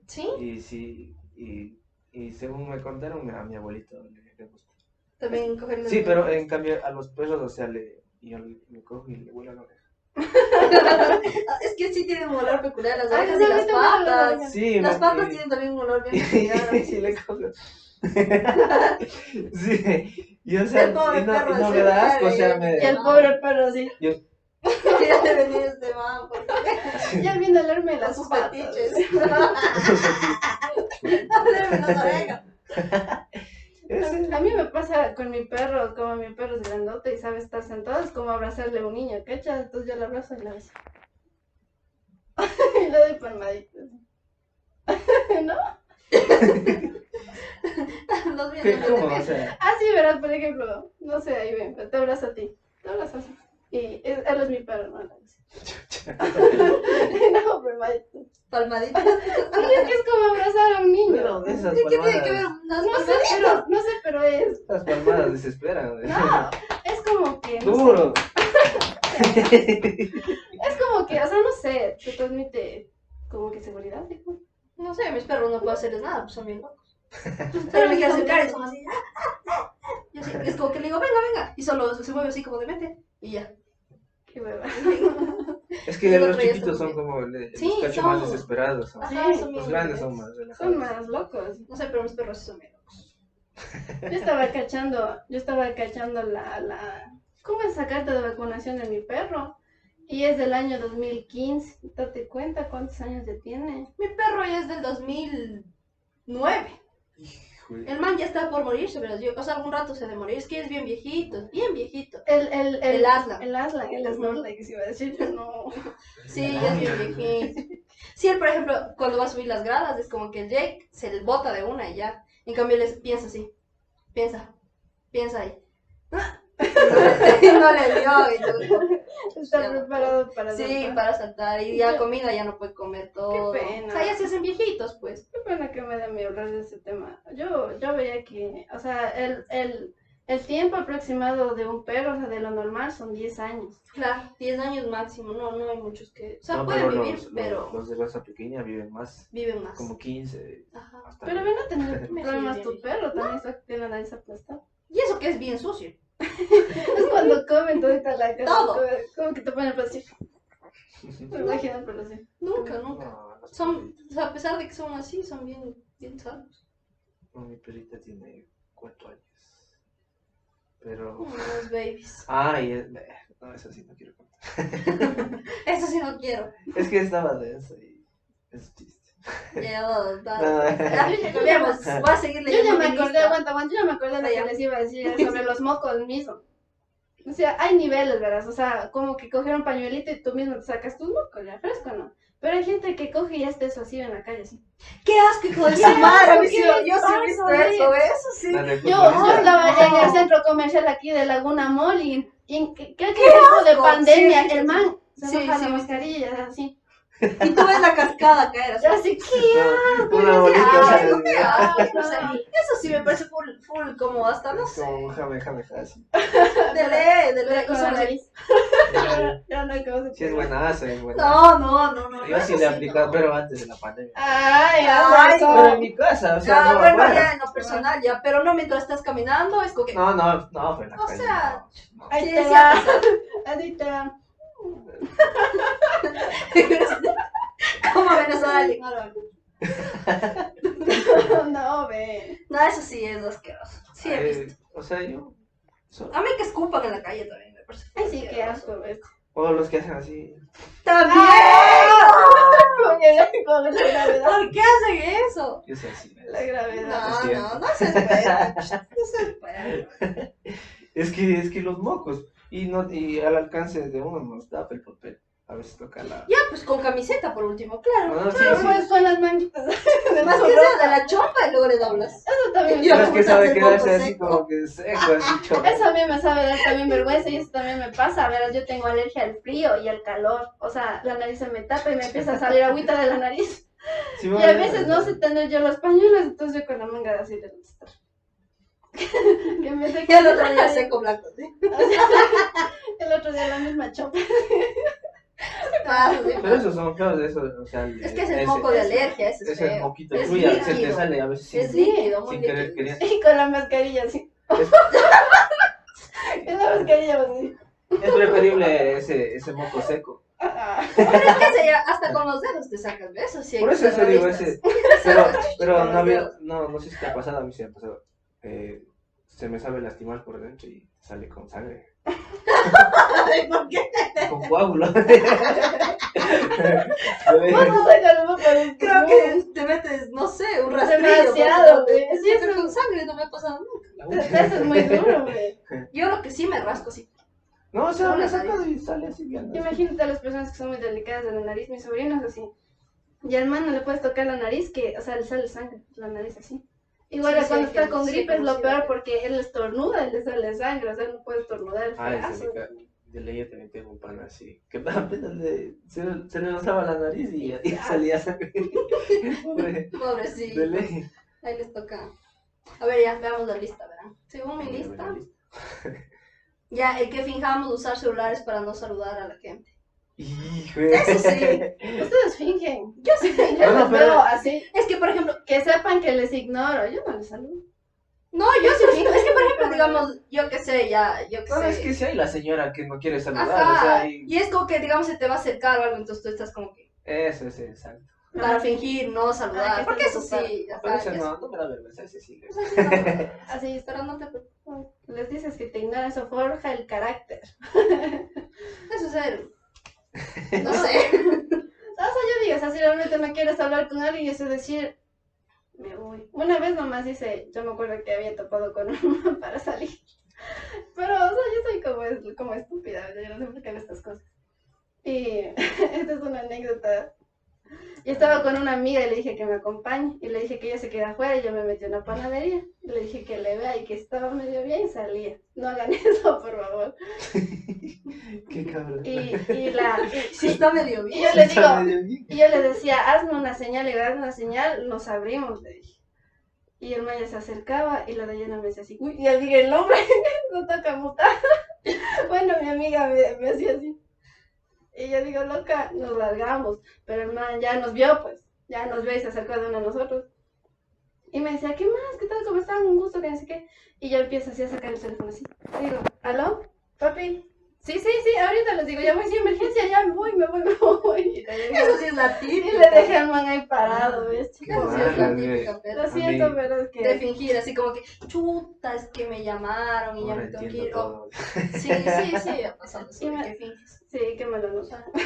S4: ¿Sí?
S2: Y sí, y, y según me contaron, a mi abuelito le- le gusta.
S4: También cogerle...
S2: Sí, pero eh, en cambio a los perros, o sea, le, yo le, le cojo y le vuelo la oreja.
S4: Ah, Es que sí tienen un olor peculiar las
S1: Ay,
S4: orejas
S1: sí,
S4: y
S1: a mí
S4: las
S1: también me huele la oreja.
S4: patas.
S2: Sí,
S4: Las
S2: ma-
S4: patas
S2: y-
S4: tienen también un olor bien peculiar.
S2: y le cojo. sí, y o sea,
S4: El pobre
S2: y no,
S4: perro
S2: y no
S4: así,
S2: me da asco, o sea,
S4: madre.
S2: me...
S1: Y el pobre perro así,
S4: Ya te venía este man, por
S1: ya viene a olerme
S4: con
S1: las
S4: sus
S1: patas.
S4: fetiches. Olerme las orejas.
S2: Ese-
S1: A mí me pasa con mi perro, como mi perro es grandote y sabe estar sentado, es como abrazarle a un niño, ¿cachas? Entonces yo lo abrazo y lo beso. y le doy palmaditas. ¿No?
S4: Los
S2: ¿Qué,
S4: vienes
S2: ¿Cómo? O sea,
S1: Así verás, Ah, por ejemplo, no sé, ahí ven, te abrazo a ti, te abrazo así. Y es- él es mi perro, no la beso. no, palmaditas.
S4: palmaditas.
S1: Sí, es que es como abrazar a un niño.
S2: pero esas
S4: ¿Qué tiene que ver
S2: palmadas,
S4: unas
S1: No sé, pero, no sé, pero es.
S2: esas palmadas desesperan.
S1: No, es como que. no sé,
S2: Duro.
S1: Es como que, o sea, no sé, te transmite como que seguridad. dijo.
S4: No sé, mis perros no puedo hacerles nada, pues son bien locos. Pero me quiero acercar y son así. "Ah, ah, ah". Yo así, es como que le digo, venga, venga. Y solo se mueve así como de mente. Y ya.
S1: Qué hueva.
S2: Es que
S4: El
S2: los
S4: otro día
S2: chiquitos son
S4: estuvo
S2: como le-
S4: Sí,
S2: los cacho
S4: son.
S2: más desesperados. son.
S4: Ajá,
S1: Sí,
S4: son
S2: Los
S4: bien
S2: grandes
S4: locos.
S2: son más
S1: Son
S2: relajados.
S1: más locos.
S4: No sé, pero mis perros sí son bien locos.
S1: Yo estaba cachando, yo estaba cachando la, la, ¿cómo es sacarte de vacunación de mi perro? Y es del año 2015, date cuenta cuántos años ya tiene.
S4: Mi perro ya es del 2009.
S2: Híjole.
S4: El man ya está por morirse, pero yo, o sea, algún rato se ha de morir. Es que es bien viejito, bien viejito.
S1: El, el, el,
S4: El Aslan.
S1: El Aslan, el Snorlax, iba a decir, yo no.
S4: Sí, ya es bien viejito. Sí, él, por ejemplo, cuando va a subir las gradas, es como que Jake se le bota de una y ya. En cambio, él es- piensa así. Piensa. Piensa ahí. no le dio. Y tú,
S1: Está
S4: Ya.
S1: preparado para
S4: sí,
S1: saltar.
S4: para saltar. Y ya comida ya no puede comer todo.
S1: Qué pena.
S4: O sea, ya se hacen viejitos, pues.
S1: Qué pena que me da miedo hablar de ese tema. Yo, yo veía que, o sea, el, el, el tiempo aproximado de un perro, o sea, de lo normal, son 10 años.
S4: Claro, 10 años máximo. No, no hay muchos que. O sea,
S2: No,
S4: pueden
S2: pero
S4: vivir,
S2: los,
S4: pero
S2: los- los de raza pequeña viven más,
S4: viven más.
S2: como 15.
S4: Ajá.
S2: Hasta
S1: Pero ven a tener
S4: Me
S1: problemas
S4: sigue
S1: tu perro, también está- tiene la nariz aplastada.
S4: Y eso que es bien sucio.
S1: Es cuando comen toda esta laca.
S4: Todo.
S1: Como, como que te ponen para así. Me imagino, pero sí.
S4: Nunca, nunca.
S2: No, las
S4: Son, o sea, a pesar de que son así, son bien, bien sanos.
S2: perritas- no, mi perrita tiene 4 años. Pero.
S4: Como los babies.
S2: Ay, es- no, eso sí no quiero contar.
S4: Eso sí no quiero.
S2: Es que estaba denso y es pues, chiste.
S4: Ya, da- da-
S2: No,
S4: Ya, cambiamos. Voy a seguir
S1: Yo ya
S4: leyendo.
S1: me
S4: mi
S1: acordé,
S4: lista.
S1: aguanta, aguanta, yo ya me acordé de lo que
S4: Ya.
S1: les iba a decir sobre los mocos mismo. O sea, hay niveles, ¿verdad? O sea, como que coger un pañuelito y tú mismo te sacas tus mocos, ya fresco, ¿no? Pero hay gente que coge y hace eso así en la calle, así.
S4: ¡Qué asco, hijo de su
S1: Ya,
S4: madre!
S1: ¿qué
S4: Yo,
S1: les
S4: yo sí
S1: pasa,
S4: he visto
S1: eh?
S4: eso, eso sí.
S2: la de
S1: Yo,
S2: futbolista.
S1: yo estaba allá en el
S4: No.
S1: centro comercial aquí de Laguna Mall y, y ¿qué, qué tiempo de
S4: asco!
S1: pandemia?
S4: Sí, sí,
S1: el man se
S4: Sí, sí,
S1: baja la
S4: sí.
S1: mascarilla, así.
S4: Y tú ves la cascada caer así.
S1: Yo así, ¿qué?
S2: No, Una bolita.
S4: Ay,
S2: ¿sabes?
S4: no te hagas, o sea,
S1: asco!
S4: Eso sí me parece full, full como hasta, no
S2: Es
S4: sé,
S2: como jame, jame, jame.
S4: de ley, de ley.
S1: Pero con la nariz. Ya no, ¿cómo se
S2: Sí, es
S1: pega?
S2: buenazo, es buenazo.
S4: No, no, no, no.
S2: Yo sí
S4: eso
S2: le he
S4: no.
S2: aplicado, pero antes de la pandemia.
S4: Ay,
S1: Ay, Alberto.
S2: Pero en mi casa, o sea,
S4: Ah,
S2: no,
S4: bueno,
S2: afuera.
S4: ya en lo personal, ya, pero no mientras estás caminando, es como que.
S2: No, no, no, pero en la
S4: O
S2: calle,
S4: sea,
S2: no, no.
S1: Ahí
S4: Sí,
S1: te
S4: sí, o
S1: va.
S4: sea,
S1: Ahí te va.
S4: ¿Cómo amenazar a alguien?
S1: No, ve.
S4: No, eso sí es asqueroso. Sí, he visto.
S2: Eh, O sea, yo. so-
S4: A mí que escupan en la calle también, me parece.
S1: Ay, sí, qué asco, ve.
S2: O los que hacen así.
S4: ¡También!
S1: Con la gravedad.
S4: ¿Por qué hacen eso?
S2: Yo soy así.
S1: La
S2: Lo
S1: gravedad.
S4: No, no,
S2: siento.
S4: no se espera. No se espera.
S2: Es que, es que los mocos. Y, no, y al alcance de uno nos da el papel. A veces toca la.
S4: Ya, pues con camiseta por último, claro.
S2: No, no, sí,
S1: Pero
S2: sí.
S1: pues con las manguitas. de
S4: Más
S1: tu
S4: que
S1: ropa.
S4: sea de la chompa y luego le doblas.
S1: Eso también me
S4: Yo-
S2: Pero es
S1: sabe.
S2: que sabe
S4: Hace
S2: quedarse
S4: poco
S2: así
S4: seco.
S2: como que seco, así chorro.
S1: Eso a mí me sabe dar también vergüenza y eso también me pasa. A ver, yo tengo alergia al frío y al calor. O sea, la nariz se me tapa y me empieza a salir agüita de la nariz.
S2: Sí,
S1: Y
S2: bueno,
S1: a veces no sé tener yo los pañuelos, entonces yo con la manga así de Que me seque
S4: Y al otro
S1: la
S4: día
S1: nariz.
S4: seco blanco. ¿sí?
S1: El otro día la misma chopa.
S4: Ah, sí.
S2: Pero esos son claros de eso. O sea, el-
S4: Es que es el
S2: ese-
S4: moco de
S2: ese-
S4: alergia, ese es
S2: Ese
S4: feo.
S2: moquito
S4: Es
S2: tuyo, a veces te
S4: líquido.
S2: sale, a veces sí.
S4: Es líquido, muy
S2: sin querer
S4: líquido.
S2: querías.
S1: Y con la mascarilla así.
S2: Es,
S1: Con la mascarilla así.
S2: es preferible ese, ese moco seco.
S1: Ah,
S4: Pero es que se- hasta con los dedos te sacas, ¿ves? Eso sí, hay
S2: Por eso te digo
S4: terroristas.
S2: ese. Pero,
S4: Con
S2: pero
S4: los
S2: no, había,
S4: dedos.
S2: no, no sé si te ha pasado, a mí sí me ha pasado. Eh, se me sabe lastimar por dentro y sale con sangre.
S4: Ay, ¿por qué?
S2: Con coágulo.
S1: Vos no sacas la boca del
S4: Creo
S1: culo.
S4: que te metes, no sé, un rastrillo.
S1: Demasiado,
S4: por
S1: güey.
S4: ejemplo.
S1: Sí, es
S4: Pero con sangre no me ha pasado nunca.
S1: Eso es muy duro, güey.
S4: Yo lo que sí me rasco, sí.
S2: No, o sea,
S4: No,
S2: me
S4: no,
S2: saca y sale así bien.
S1: Imagínate a las personas que son muy delicadas de la nariz, mis sobrinos así. Y al man no le puedes tocar la nariz, que, o sea, le sale sangre por la nariz así. Igual
S4: Sí,
S1: a
S4: sí,
S1: cuando
S4: hay
S1: está
S4: gente-
S1: con
S4: sí,
S1: gripe es lo
S4: conocida.
S1: peor porque él estornuda y le sale sangre, o sea, no puede estornudar. es
S2: Ay, se
S1: feazo.
S2: me cae. Ah, De ley yo también tengo un pan así. Que apenas le, se, le- se le rozaba la nariz y, y
S4: Ah.
S2: salía sangre. De-
S4: Pobrecito.
S2: de ley.
S4: Ahí les toca. A ver, ya veamos la lista, ¿verdad? Según mi lista, ya el que fijamos usar celulares para no saludar a la gente.
S2: Hijo.
S4: Eso sí.
S1: Ustedes fingen.
S4: Yo sí finjo.
S1: Yo
S2: Bueno,
S1: los
S2: pero-
S1: veo así.
S4: Es que, por ejemplo,
S1: Que sepan que les ignoro. Yo no les saludo.
S4: no, yo sí finjo. Es que, por ejemplo, digamos, yo qué sé, ya, yo qué
S2: No, es
S4: sé.
S2: que si hay la señora que no quiere saludar, o
S4: Ajá.
S2: sea, y-
S4: Y es como que, digamos, se te va a acercar o algo, entonces tú estás como que
S2: eso es exacto.
S4: para fingir, no saludar.
S1: Ah, que
S4: porque eso
S1: estás
S4: sí, ya
S2: Pero
S4: sabes.
S2: eso no, no me da vergüenza, ese sí.
S4: eso sí, no.
S1: Así está.
S4: Pero no te preocupes.
S1: Les dices que te ignora, eso forja el carácter.
S4: Eso es el- No sé.
S1: No, o sea, yo digo, o sea, si realmente no quieres hablar con alguien, yo sé decir, me voy. Una vez nomás hice, yo me acuerdo que había topado con una para salir. Pero, o sea, yo soy como, es- como estúpida, yo no sé por qué hago estas cosas. Y esta es una anécdota. Yo estaba con una amiga y le dije que me acompañe. Y le dije que ella se queda afuera y yo me metí en una panadería. Y le dije que le vea y que estaba medio bien y salía. No hagan eso, por favor.
S2: Qué cabrón.
S1: Y, y la,
S4: Sí, está medio
S1: y
S4: bien.
S1: yo le digo,
S2: Está medio bien.
S1: y yo le decía, hazme una señal y hazme una señal, nos abrimos, le dije. Y el maya se acercaba y la Dayana me decía así, uy, y le dije, el hombre no toca mutar. bueno, mi amiga me, me hacía así. Y yo digo, loca, nos largamos. Pero el man ya nos vio, pues, ya nos vio y se acercó de uno a nosotros. Y me decía, ¿qué más? ¿Qué tal? ¿Cómo están? Un gusto, que no sé qué. Y yo empiezo así a sacar el teléfono así. Digo, ¿aló? Papi. Sí, sí, sí, ahorita les digo, ya voy sin emergencia, ya me voy, me voy, me voy. Y le digo,
S4: Eso sí es la
S1: y
S4: típica.
S1: le dejé al man ahí parado, ¿ves?
S2: Qué
S4: Eso
S1: Como
S4: sí
S1: si-
S4: es la
S2: mal,
S4: típica,
S1: Lo
S4: pero
S2: sí.
S1: siento, pero es
S4: de
S1: que...
S4: fingir, así como que, chuta, es que me llamaron y ya
S2: Ahora
S4: me tengo que
S2: entiendo
S4: ir. O-
S2: todo.
S4: Sí, sí, sí, ha pasado eso,
S1: Y
S4: de
S1: me-
S4: que finges.
S1: Sí, que me lo nota.
S2: Sí,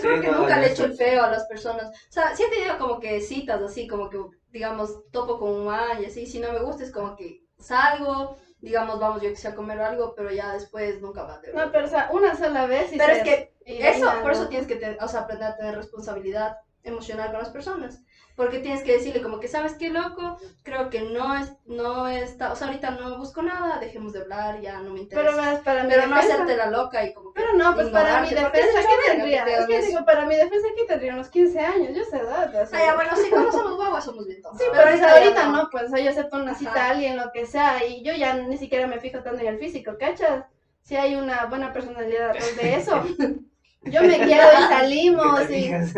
S4: Creo que
S2: no, este
S4: nunca le he
S2: eso
S4: hecho el
S2: es-
S4: feo a las personas. O sea, sí he tenido como que citas así, como que, digamos, topo con un man y así. Si no me gusta, es como que salgo, digamos, vamos yo que sé a comer o algo, pero ya después nunca más. de
S1: No,
S4: verdad.
S1: pero o sea, una sola vez y
S4: Pero
S1: se-
S4: es que
S1: y
S4: eso,
S1: nada.
S4: por eso tienes que ten- o sea, aprender a tener responsabilidad emocional con las personas. Porque tienes que decirle como que, ¿sabes qué, loco? Creo que no es, no está, o sea, ahorita no busco nada, dejemos de hablar, ya no me interesa.
S1: Pero
S4: Pero,
S1: verás, para mi
S4: no
S1: defensa-
S4: hacerte la loca y como que...
S1: Pero no, pues para mi
S4: ignorarte, porque
S1: defensa,
S4: es
S1: ¿qué
S4: la verga que
S1: tendría?
S4: te
S1: Es que
S4: hagas.
S1: digo, para mi defensa, ¿qué tendría? Unos 15 años, yo sé edad. o
S4: O sea,
S1: sea.
S4: ya, bueno, sí, cuando somos guaguas somos bien tontos.
S1: Sí,
S2: Ah,
S1: pero
S4: ahorita
S1: ahorita,
S4: ya
S1: ahorita
S4: no.
S1: no. pues o sea, yo acepto una cita
S4: Ajá.
S1: a alguien, lo que sea, y yo ya ni siquiera me fijo tanto en el físico, ¿cachas? Si hay una buena personalidad atrás de eso, yo me quiero y
S2: ¿Qué
S1: salimos
S2: te
S1: y...
S2: fijas?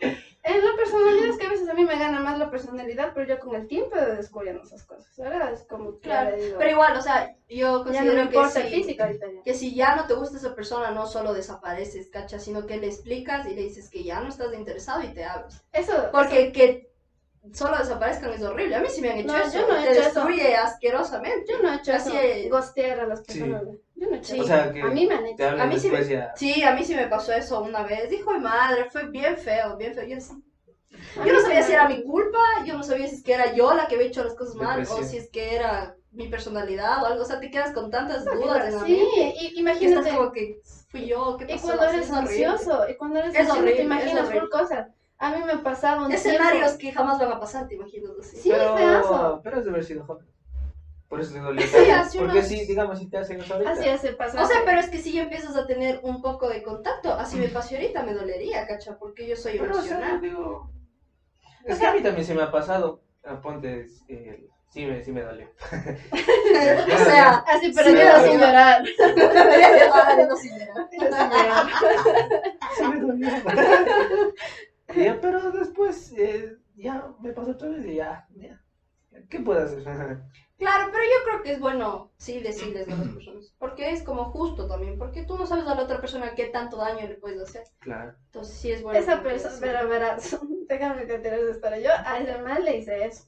S1: En la personalidad es que a veces a mí me gana más la personalidad, pero yo con el tiempo he ido descubriendo esas cosas. Ahora es como que
S4: Claro,
S1: ahora digo,
S4: Pero igual, o sea, yo
S1: ya
S4: considero
S1: no me
S4: que,
S1: importa el
S4: si,
S1: físico ahorita ya.
S4: que si ya no te gusta esa persona, no solo desapareces, ¿cacha? Sino que le explicas y le dices que ya no estás interesado y te abres.
S1: Eso,
S4: Porque que solo desaparezcan es horrible. A mí sí me han hecho
S1: No,
S4: eso.
S1: yo no he
S4: te
S1: hecho eso.
S4: destruye asquerosamente.
S1: yo no he hecho
S4: Así
S1: eso,
S4: es.
S1: gostear a las
S2: Sí.
S1: personas. Yo no he hecho
S4: Sí.
S2: O
S1: eso.
S2: sea, que
S1: a mí me han hecho.
S2: te
S4: a
S2: hablan
S4: mí sí me-
S2: después ya.
S4: Sí, a mí sí me pasó eso una vez. Dijo mi madre, fue bien feo, bien feo. Yo, así-
S1: A
S4: yo
S1: mí
S4: no
S1: sí me
S4: sabía si
S1: han
S4: era
S1: hecho.
S4: mi culpa, yo no sabía si es que era yo la que había hecho las cosas mal o
S2: Depresión.
S4: si es que era mi personalidad o algo. O sea, te quedas con tantas dudas en la
S1: Sí,
S4: mente.
S1: y-
S4: Y estás
S1: imagínate.
S4: como que fui yo, ¿qué
S1: Y
S4: pasó?
S1: cuando
S4: Así
S1: eres
S4: es horrible.
S1: ansioso, y cuando eres
S4: Es
S1: ansioso
S4: horrible,
S1: te
S4: es
S1: imaginas
S4: horrible.
S1: mil cosas. A mí me pasaba un
S4: Escenarios
S1: tiempo.
S4: que jamás van a pasar, te imagino. así.
S1: Sí, feazo.
S2: pero es de haber sido joven. Por eso te dolió.
S4: Sí,
S2: tanto.
S4: hace
S2: Porque
S4: unos-
S2: sí, digamos, si te hacen eso ahorita.
S1: Así hace pasar.
S4: O sea, pero es que si ya empiezas a tener un poco de contacto, así me pasó ahorita, me dolería, cacha, porque yo soy
S2: Pero, o sea,
S4: emocional.
S2: digo, Es que a mí también se me ha pasado. Ah, ponte, eh, sí, me, sí me dolió.
S4: O sea,
S1: así, pero
S2: Sí,
S1: yo
S2: pero-
S1: sin llorar.
S4: ahora no sin llorar.
S1: Yo sin llorar.
S2: Sí me dolió. Ya, pero después eh, ya me pasó otra vez y ya, ya. ¿Qué puedo hacer?
S4: Claro, pero yo creo que es bueno sí decirles a las personas, porque es como justo también, porque tú no sabes a la otra persona qué tanto daño le puedes hacer.
S2: claro.
S4: Entonces sí es bueno.
S1: Esa
S4: como que
S1: persona,
S4: decir.
S1: pero verás, déjame continuar esa historia. Yo a ese man le hice eso.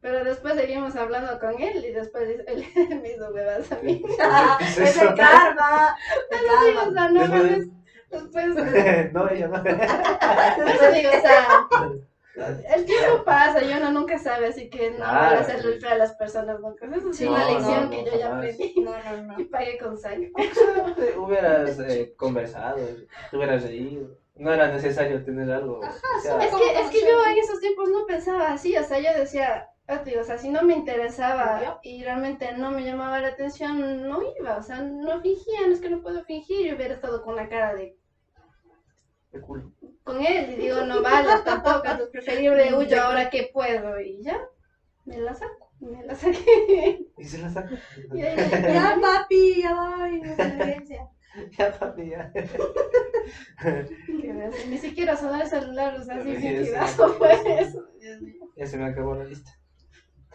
S1: Pero después seguimos hablando con él y después dice- él me hizo huevas a mí.
S2: ¿Qué
S4: es el karma. El
S1: Digo, o
S4: karma.
S1: sea, no
S2: Después-
S1: mames. Después,
S2: no, ella no.
S1: después digo, o sea, el tiempo pasa y uno nunca sabe, así que no van
S2: Claro.
S1: a hacerle el feo a las personas nunca. Esa es
S4: Ah, Sí,
S1: una
S4: no,
S1: lección
S4: no,
S1: que
S2: no,
S1: yo ya
S2: jamás.
S1: aprendí.
S4: No, no, no.
S1: Y pagué con sangre.
S2: Te hubieras eh, conversado, te hubieras reído. No era necesario tener algo. o sea,
S1: Es
S4: ¿Cómo
S1: que, es que yo
S4: funciona?
S1: en esos tiempos no pensaba así, o sea, yo decía, "Ah, tío, o sea, si no me interesaba y realmente no me llamaba la atención, no iba, o sea, no fingía, no es que no puedo fingir, y hubiera estado con la cara de
S2: de culo.
S1: con él, y digo, no vale, tampoco, entonces preferible huyo ahora que puedo, y ya, me la saco, me la saqué.
S2: Y se la sacó.
S1: Y ahí le-
S4: Ya, papi, ya voy. no se regrese.
S2: Ya, papi, ya.
S1: que me hace- ni siquiera sonar el celular, o sea, sí,
S2: Sí,
S1: sí,
S2: sí.
S1: cuidado, pues. Dios mío.
S2: Ya se me acabó la lista.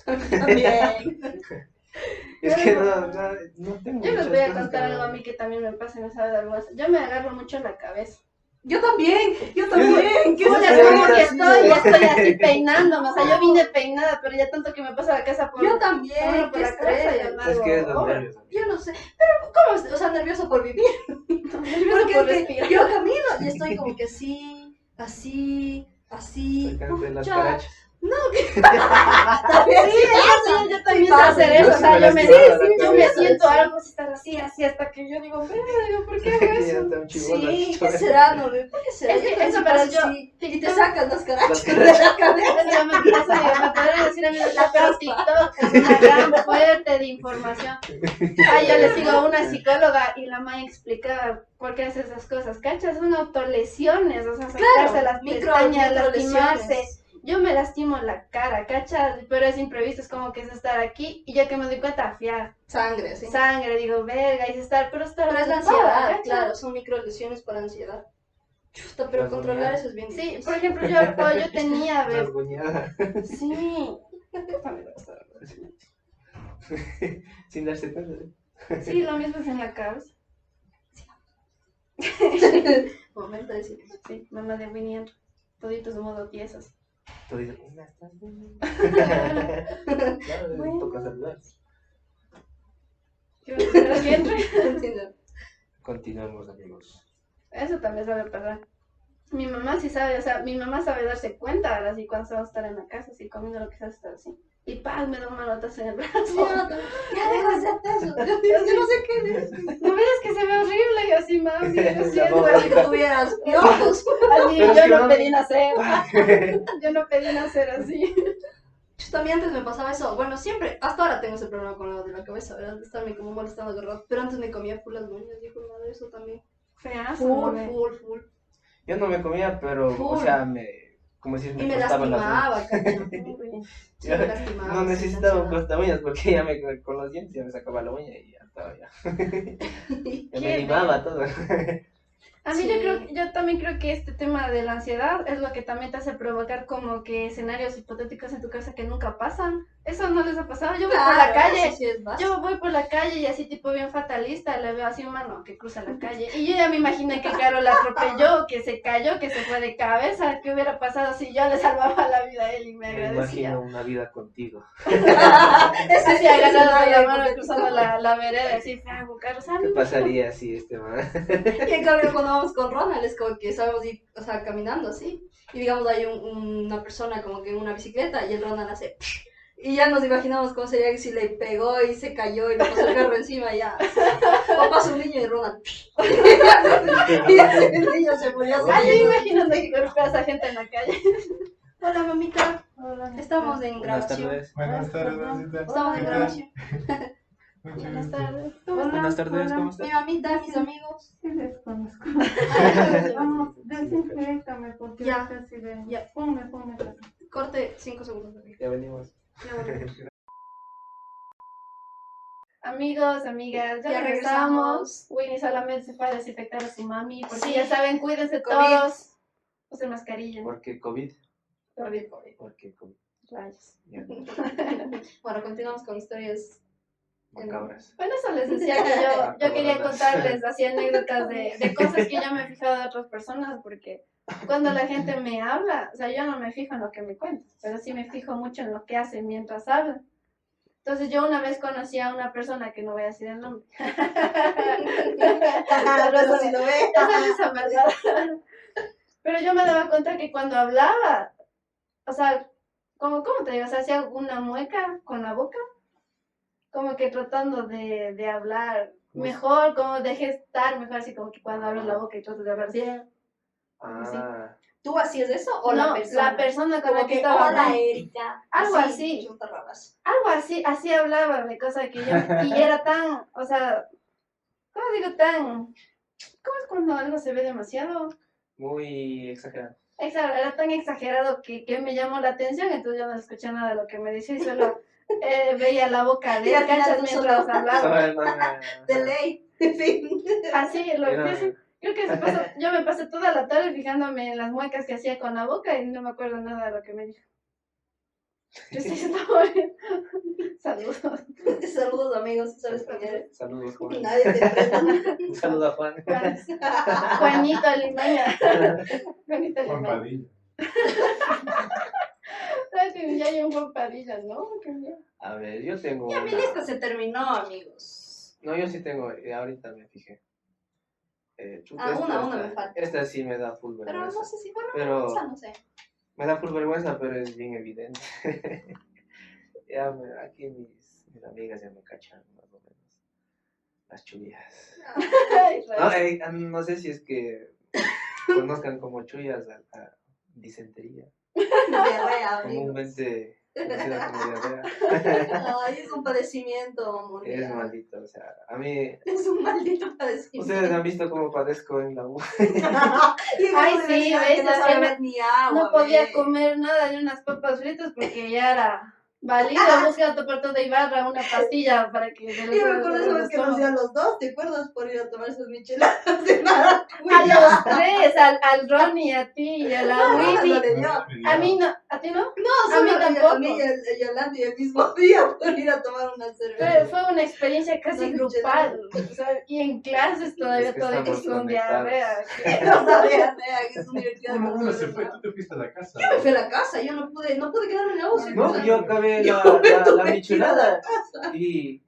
S4: También.
S2: Es que no, no, no tengo.
S1: Yo les
S2: muchas
S1: voy a
S2: cosas
S1: contar
S2: que
S1: algo a mí que también me pasa y no sabe de algo Yo me agarro mucho la cabeza.
S4: Yo también, yo también. ¿Qué
S2: Yo-
S1: Puta,
S4: bolas,
S1: es
S2: yo-
S1: como
S2: ahorita
S1: que
S2: sí,
S1: estoy, ya
S2: güey.
S1: estoy así peinándome. O sea, yo vine peinada, pero ya tanto que me pasa la casa por.
S4: Yo
S1: Ahora
S4: también,
S1: por
S4: qué
S1: la cabeza
S4: estrés.
S1: ya
S2: Es que es los
S1: Ahora,
S2: nervios.
S4: Yo no sé, pero ¿cómo? es? O sea, nervioso por vivir.
S1: nervioso
S4: Porque
S1: por
S4: es que
S1: respirar.
S4: yo camino y estoy como que así, así, así.
S2: Sacarte las
S4: pucha,
S2: carachas.
S4: También sí,
S1: Sí, yo también sé
S4: pasa.
S1: hacer eso, o sea, yo me,
S2: Sí, sí,
S1: yo
S2: sí,
S1: me
S2: sí.
S1: siento algo si estás así, así, hasta que yo digo, pero digo, ¿por qué hago
S2: Ya
S1: eso?
S2: está un chibolo
S4: Sí,
S2: aquí,
S4: ¿qué
S2: chaval.
S4: será, no? ¿Por qué será?
S1: Es que
S4: Yo también
S1: eso, pero
S4: paso
S1: yo-
S4: así, Y te sacan las carachas de
S2: carachas.
S4: la cabeza.
S1: Eso ya me pasa, digo, me podrían decir a mí, "Ah, pero TikTok es una gran fuerte de información. Ah, yo le sigo a una psicóloga y la madre explica por qué hace esas cosas. ¿Cachas? Son autolesiones, o sea, sacarse las
S4: Micro-
S1: pestañas,
S4: microlesiones.
S1: lastimarse. Yo me lastimo la cara, ¿cachas? Pero es imprevisto, es como que es estar aquí y ya que me doy cuenta, fiar,
S4: Sangre, sí.
S1: sangre, digo, verga, y es estar, pero estar
S4: Pero es la
S1: ocupada,
S4: ansiedad,
S1: ¿cachas?
S4: claro, son microlesiones por ansiedad. Chuta, pero
S2: Las
S4: controlar
S2: hormonas.
S4: eso es bien
S1: Sí,
S4: difícil.
S1: por ejemplo, yo, o yo tenía,
S2: Las
S1: ver,
S2: buñadas.
S1: sí,
S2: Sin darse cuenta. ¿eh?
S1: sí, lo mismo es en la cabeza.
S4: Momento de silencio.
S1: Sí, mamá de Winnie and toditos modo piezas.
S2: Tú dices, una está bien". Claro,
S1: Bueno.
S2: toca saludar.
S1: Yo no sé, así entre.
S4: Entiendo.
S2: Continuamos, amigos.
S1: Eso también sabe pasar. Mi mamá sí sabe, o sea, mi mamá sabe darse cuenta ahora sí cuando se va a estar en la casa, así comiendo lo que se estar así. Y paz, me da un manotazo en el brazo.
S4: Ya, ya deja de hacerte eso. Yo, yo no sé qué es.
S1: ¿No ves que se ve horrible? Y yo así, mami, lo
S2: La
S1: siento.
S2: mamá.
S4: Como si tuvieras piojos.
S1: Así,
S2: Pero es que
S1: yo no
S2: no-
S1: pedí nacer. Yo no pedí nacer así.
S4: Chuta, a mí antes me pasaba eso. Bueno, siempre, hasta ahora tengo ese problema con lo de la cabeza, ¿verdad? De estarme como molestando de rato. Pero antes me comía full las uñas, dijo madre, eso también.
S1: Feazo.
S4: Full,
S1: bebé.
S4: full, full.
S2: Yo no me comía, pero, o
S4: Full.
S2: sea, me. Como si me
S4: Y me
S2: cortaban las uñas.
S4: lastimaba, cacho. Sí, me lastimaba.
S2: No
S4: sí,
S2: necesitaba un
S4: cacho.
S2: corta uñas porque ya me con los dientes ya me sacaba la uña y ya estaba ya. Ya me
S1: Qué
S2: animaba todo.
S1: A mí
S4: Sí.
S1: yo creo, yo también creo que este tema de la ansiedad es lo que también te hace provocar como que escenarios hipotéticos en tu casa que nunca pasan. Eso no les ha pasado. Yo voy por la
S4: Claro,
S1: calle,
S4: eso sí es básico.
S1: yo voy por la calle y así tipo bien fatalista, le veo así un mano que cruza la calle y yo ya me imaginé que Caro la atropelló, que se cayó, que se fue de cabeza, que hubiera pasado si yo le salvaba la vida a él y me
S2: Me
S1: agradecía.
S2: imagino una vida contigo.
S4: Ese
S1: Así
S4: sí es
S1: agarrado de la
S4: escenario
S1: mano
S4: hipotético.
S1: cruzando la, la vereda, así, Franco, Caro,
S2: ¿Qué
S1: sal.
S2: pasaría si este man?
S4: Y en cambio, cuando vamos con Ronald, es como que sabemos ir, o sea, caminando así. Y digamos, hay un- una persona como que en una bicicleta y el Ronald hace. Y ya nos imaginamos cómo sería que si le pegó y se cayó y le pasó el carro encima, ya. O pasa un niño y Ronald. Y así el niño se murió.
S1: Ay, yo imagínate que golpea a esa gente en la calle.
S4: Hola, mamita. Estamos en
S2: Buenas
S4: grabación.
S2: tardes.
S3: Buenas tardes, Rosita.
S4: Estamos en
S1: Hola.
S4: grabación.
S3: Mucho
S1: Buenas
S3: gusto.
S1: tardes.
S2: Buenas tardes, ¿cómo
S4: Mi
S2: estás?
S4: mamita, mis amigos.
S5: Sí les conozco. Vamos,
S2: ya
S5: desinfectame porque
S4: Ya.
S5: ahorita sí de-
S4: Ya.
S5: Ponme, ponme. ponme.
S4: Corte 5 segundos. amiga.
S2: venimos.
S4: Ya volvemos.
S1: Amigos, amigas, ya,
S4: Ya
S1: regresamos.
S4: regresamos.
S1: Winnie solamente se fue a desinfectar a su mami, porque
S4: Sí.
S1: ya saben, cuídense
S4: COVID.
S1: todos. Usen mascarilla.
S2: Porque COVID.
S1: COVID, COVID,
S2: Porque COVID.
S1: rayos.
S2: Ya,
S4: Bueno, continuamos con historias.
S2: macabras.
S1: Bueno, eso les decía que yo, yo quería
S2: Cabronas.
S1: contarles así anécdotas de, de cosas que yo me he fijado de otras personas, porque cuando la gente me habla, o sea, yo no me fijo en lo que me cuenta, pero sí me fijo mucho en lo que hacen mientras hablan. Entonces yo una vez conocí a una persona que no voy a decir el nombre.
S4: Ah, Pero si lo ve.
S1: Ya sabes, amargada. Pero yo me daba cuenta que cuando hablaba, o sea, como, ¿cómo te digo? O sea, hacía una mueca con la boca, como que tratando de, de hablar
S2: Como-
S1: mejor, como de gestar mejor, así como que cuando abres la boca y tratas de hablar así.
S2: Ah,
S4: ¿Tú hacías eso o
S1: No,
S4: la persona?
S1: con la
S4: Como
S1: que
S4: que,
S1: estaba
S4: hola
S1: hablando,
S4: Erika.
S1: Algo así.
S4: Yo te rabas.
S1: algo así, así hablaba de cosa que yo, y era tan, o sea, ¿cómo digo tan? ¿Cómo es cuando algo se ve demasiado?
S2: muy exagerado.
S1: Exacto, era tan exagerado que, que me llamó la atención, entonces yo no escuché nada de lo que me decía y solo eh, veía la boca
S4: Y
S1: de él,
S4: al final
S1: cachas,
S4: tú
S1: mientras
S4: solo-
S1: hablaba.
S2: Estaba el man, ah,
S4: De ley. En fin.
S1: Así, lo
S2: era-
S1: que es- creo que se pasó, yo me pasé toda la tarde fijándome en las muecas que hacía con la boca y no me acuerdo nada de lo que me dijo. Yo estoy sentada ahorita. Saludos.
S4: Saludos amigos, ¿sabes español?
S2: Saludos, Juan.
S4: Nadie te presta.
S2: Un saludo a Juan.
S1: Juan- Juanito Limaña. Juanito
S3: Juan
S1: Limaña.
S3: Padilla.
S1: Sabes que Ya hay un Juan Padilla, ¿no? Qué miedo.
S2: A ver, yo tengo.
S4: Ya mi
S2: una-
S4: lista se terminó, amigos.
S2: No, yo sí tengo, eh, ahorita me fijé. Eh, chuta,
S4: Ah,
S2: esta-
S4: una, una
S2: esta-
S4: me falta.
S2: Esta sí me da full
S4: Pero no
S2: vergüenza.
S4: sé si bueno,
S2: Pero,
S4: o sea, no sé.
S2: Me da por vergüenza, pero es bien evidente. ya, me- aquí mis, mis amigas ya me cacharon, más o menos. Las chullas. No,
S4: Pues
S2: eh, ah, no sé si es que conozcan como chullas a la disentería.
S4: Diarrea, amigo.
S2: Comúnmente conocida como diarrea.
S4: Ay, es un padecimiento, amor.
S2: Es maldito, o sea, a mí...
S4: Es un maldito padecimiento.
S2: Ustedes han visto cómo padezco en la U.
S4: Y en la
S1: Ay, sí,
S4: universidad
S1: ves,
S4: que no
S1: o sea,
S4: sabías ni agua.
S1: No podía
S4: ves.
S1: comer nada de unas papas fritas porque ya era válido. Busca tu puerto de Ibarra una pastilla para que. de los
S4: Yo me
S1: huevos
S4: acuerdo esa
S1: de los
S4: vez que nos
S1: estómagos.
S4: dieron los dos, ¿te acuerdas? Por ir a tomar sus micheladas de nada.
S1: A los tres, al, al Ronnie, a ti y a la
S4: No, no
S1: Winnie.
S4: le dio.
S1: A mí no, a ti no.
S4: No,
S1: A mí
S4: solo a mí,
S1: tampoco.
S4: a mí y a Yolanda y el mismo día por ir a tomar una cerveza.
S1: Fue, fue una experiencia casi
S4: No,
S1: grupal. o sea, y en clases todavía
S2: Es que
S1: todavía
S2: estamos
S1: con
S2: conectados.
S1: diarrea.
S4: No sabía, nea, que es universidad.
S3: Uno, uno
S4: no
S3: se
S4: sabía
S3: fue,
S4: nada.
S3: tú te fuiste a la casa.
S4: Yo me fui a la casa, yo no pude, no pude quedarme en la UCI.
S2: No, yo acabé la,
S4: Yo me
S2: la,
S4: tuve
S2: la
S4: que ir a
S2: michelada y,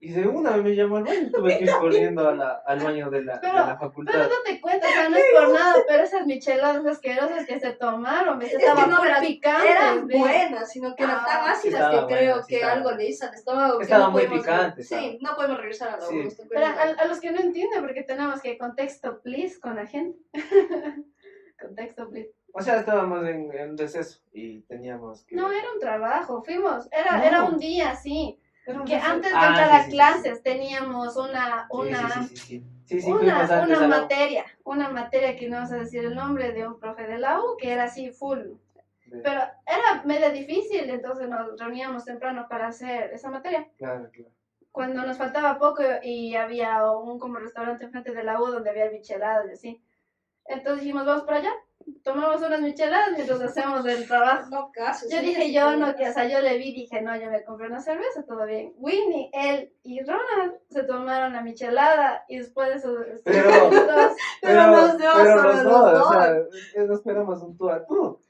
S2: y de una me llamó al baño. Tuve que ir corriendo a la- al baño de la, de
S1: Pero-
S2: la
S1: Pero
S2: facultad.
S1: no te cuento, o sea, no es por nada, pero esas micheladas asquerosas que se tomaron, ¿ves?
S4: que
S1: Estaban
S4: no
S1: muy
S4: eran-
S1: picantes.
S4: Eran
S1: ¿ves?
S4: buenas, sino que eran tan
S1: Ah,
S4: ácidas
S2: estaba
S4: que creo
S2: buena, sí
S4: que
S2: estaba
S4: algo
S2: buena.
S4: le hizo al estómago. que
S2: Estaba
S4: no
S2: muy
S4: pudimos-
S2: picante, estaba.
S4: Sí, no podemos regresar a la
S2: Sí.
S4: UCI.
S1: Pero a, a los que no entienden, porque tenemos que contexto, please, con la gente. contexto, please.
S2: O sea, estábamos en, en receso y teníamos que.
S1: No, era un trabajo, fuimos, era,
S2: No.
S1: era un día, sí.
S2: Era un
S1: Que
S2: receso.
S1: antes de
S2: Ah,
S1: entrar
S2: sí,
S1: a
S2: sí, sí,
S1: clases teníamos
S2: sí.
S1: una,
S2: Sí,
S1: una,
S2: Sí, sí, sí. sí. Sí, sí,
S1: una,
S2: fuimos antes
S1: una
S2: a la-
S1: materia, una materia que no vamos a decir el nombre de un profe de la U, que era así full.
S2: de-
S1: Pero era medio difícil, entonces nos reuníamos temprano para hacer esa materia.
S2: Claro, claro.
S1: cuando nos faltaba poco y había un como restaurante enfrente de la U donde había micheladas y así. Entonces dijimos, vamos para allá, tomamos unas micheladas mientras hacemos el trabajo.
S4: No, casi.
S1: Yo
S4: Pues sí,
S1: dije,
S4: sí,
S1: yo
S4: sí.
S1: no, que, o sea, yo le vi, dije, no, yo me compré una cerveza, todo bien. Winnie, él y Ronald se tomaron la michelada y después de eso...
S2: Pero-
S1: entonces,
S4: Pero los dos,
S2: pero
S4: solo
S2: los
S4: los
S2: dos,
S4: dos.
S2: o sea, eh, nos esperamos un tú a tú.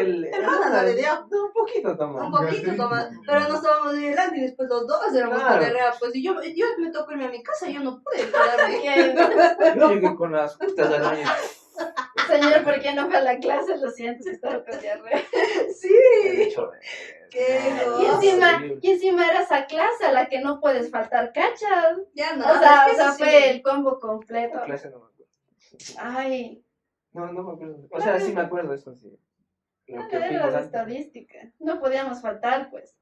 S2: el.
S4: Ronald
S2: ah,
S4: le dio.
S2: no, Un poquito
S4: Un
S2: tomamos.
S4: poquito nomás, pero nos estábamos de adelante y después los dos éramos
S2: Claro.
S4: diarrea, pues y yo, yo me tocó irme a mi casa, yo no pude quedarme.
S1: que,
S2: Yo llegué con las justas al baño.
S1: señor, ¿por qué no fue a la clase? Lo siento, si estaba con diarrea.
S4: sí. Qué
S1: Y
S4: Oh,
S1: encima, y encima era esa clase a la que no puedes faltar, ¿cachas?
S4: Ya no.
S1: O
S4: es
S1: sea,
S4: que
S1: o sea,
S4: eso sí.
S1: fue el combo completo.
S2: clase no me acuerdo.
S1: Ay,
S2: No, no me acuerdo. O sea, sí me acuerdo, eso sí. Lo que
S1: era
S2: fuimos
S1: la
S2: antes.
S1: estadística. No podíamos faltar, pues.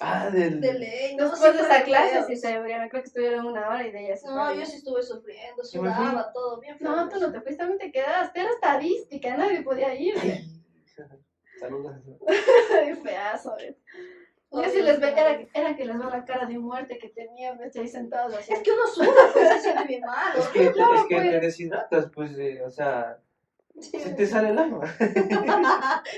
S2: Ah, del.
S4: De ley, no,
S1: Después
S4: sí
S1: de
S4: fue
S1: esa clase
S4: feo.
S1: sí se abrieron. Creo que estuvieron una hora y de ella se
S4: No,
S1: fueron.
S4: yo sí estuve sufriendo,
S2: Yo me fui.
S4: sudaba, todo bien. feo.
S1: No, tú no te fuiste, a mí te quedaste. Era estadística, nadie podía ir.
S2: Saludos.
S1: Ay, feazo, ¿ves? ¿eh? Yo sí les ve, era, era que les veo la cara de muerte que tenían, ¿ves? Ahí sentados así.
S4: Es que uno suda, pues se siente bien malo.
S2: Es que,
S1: Claro,
S2: es que
S1: pues.
S2: te deshidratas, pues, eh, o sea, se te sale el agua.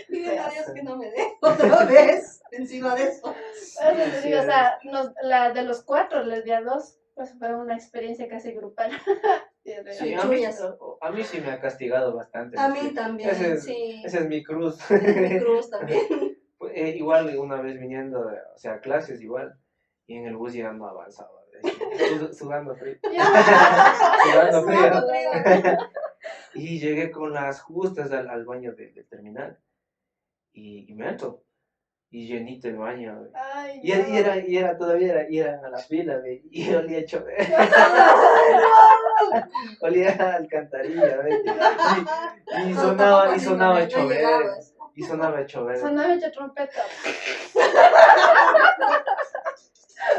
S4: Pídele a Dios que no me dé otra vez encima de eso.
S1: Por eso te digo, o sea, nos- la de los cuatro les di a dos. Pues fue una experiencia casi grupal.
S2: Sí, a, mí,
S4: chullas.
S2: a mí sí me ha castigado bastante.
S4: A mí
S2: sí. Ese
S4: también,
S2: es-
S4: sí.
S2: Esa es mi cruz.
S4: Este Mi cruz también.
S2: Pues, eh, igual una vez viniendo, de- o sea, clases igual, y en el bus llegando avanzado, sud- sudando frío, sudando frío.
S4: Sudando frío.
S2: Y llegué con las justas al, al baño de- del terminal, y, y me entro, y llenito el baño. güey.
S1: Ay,
S2: Y, era- y era, y era todavía, era, y eran a la fila, güey, y olía a chove- olía a alcantarilla, güey. y, y
S4: No,
S2: sonaba,
S4: tampoco
S2: y sonaba
S4: así, no, no
S2: chover,
S4: llegabas.
S2: y sonaba chover.
S1: Sonaba hecha trompeta.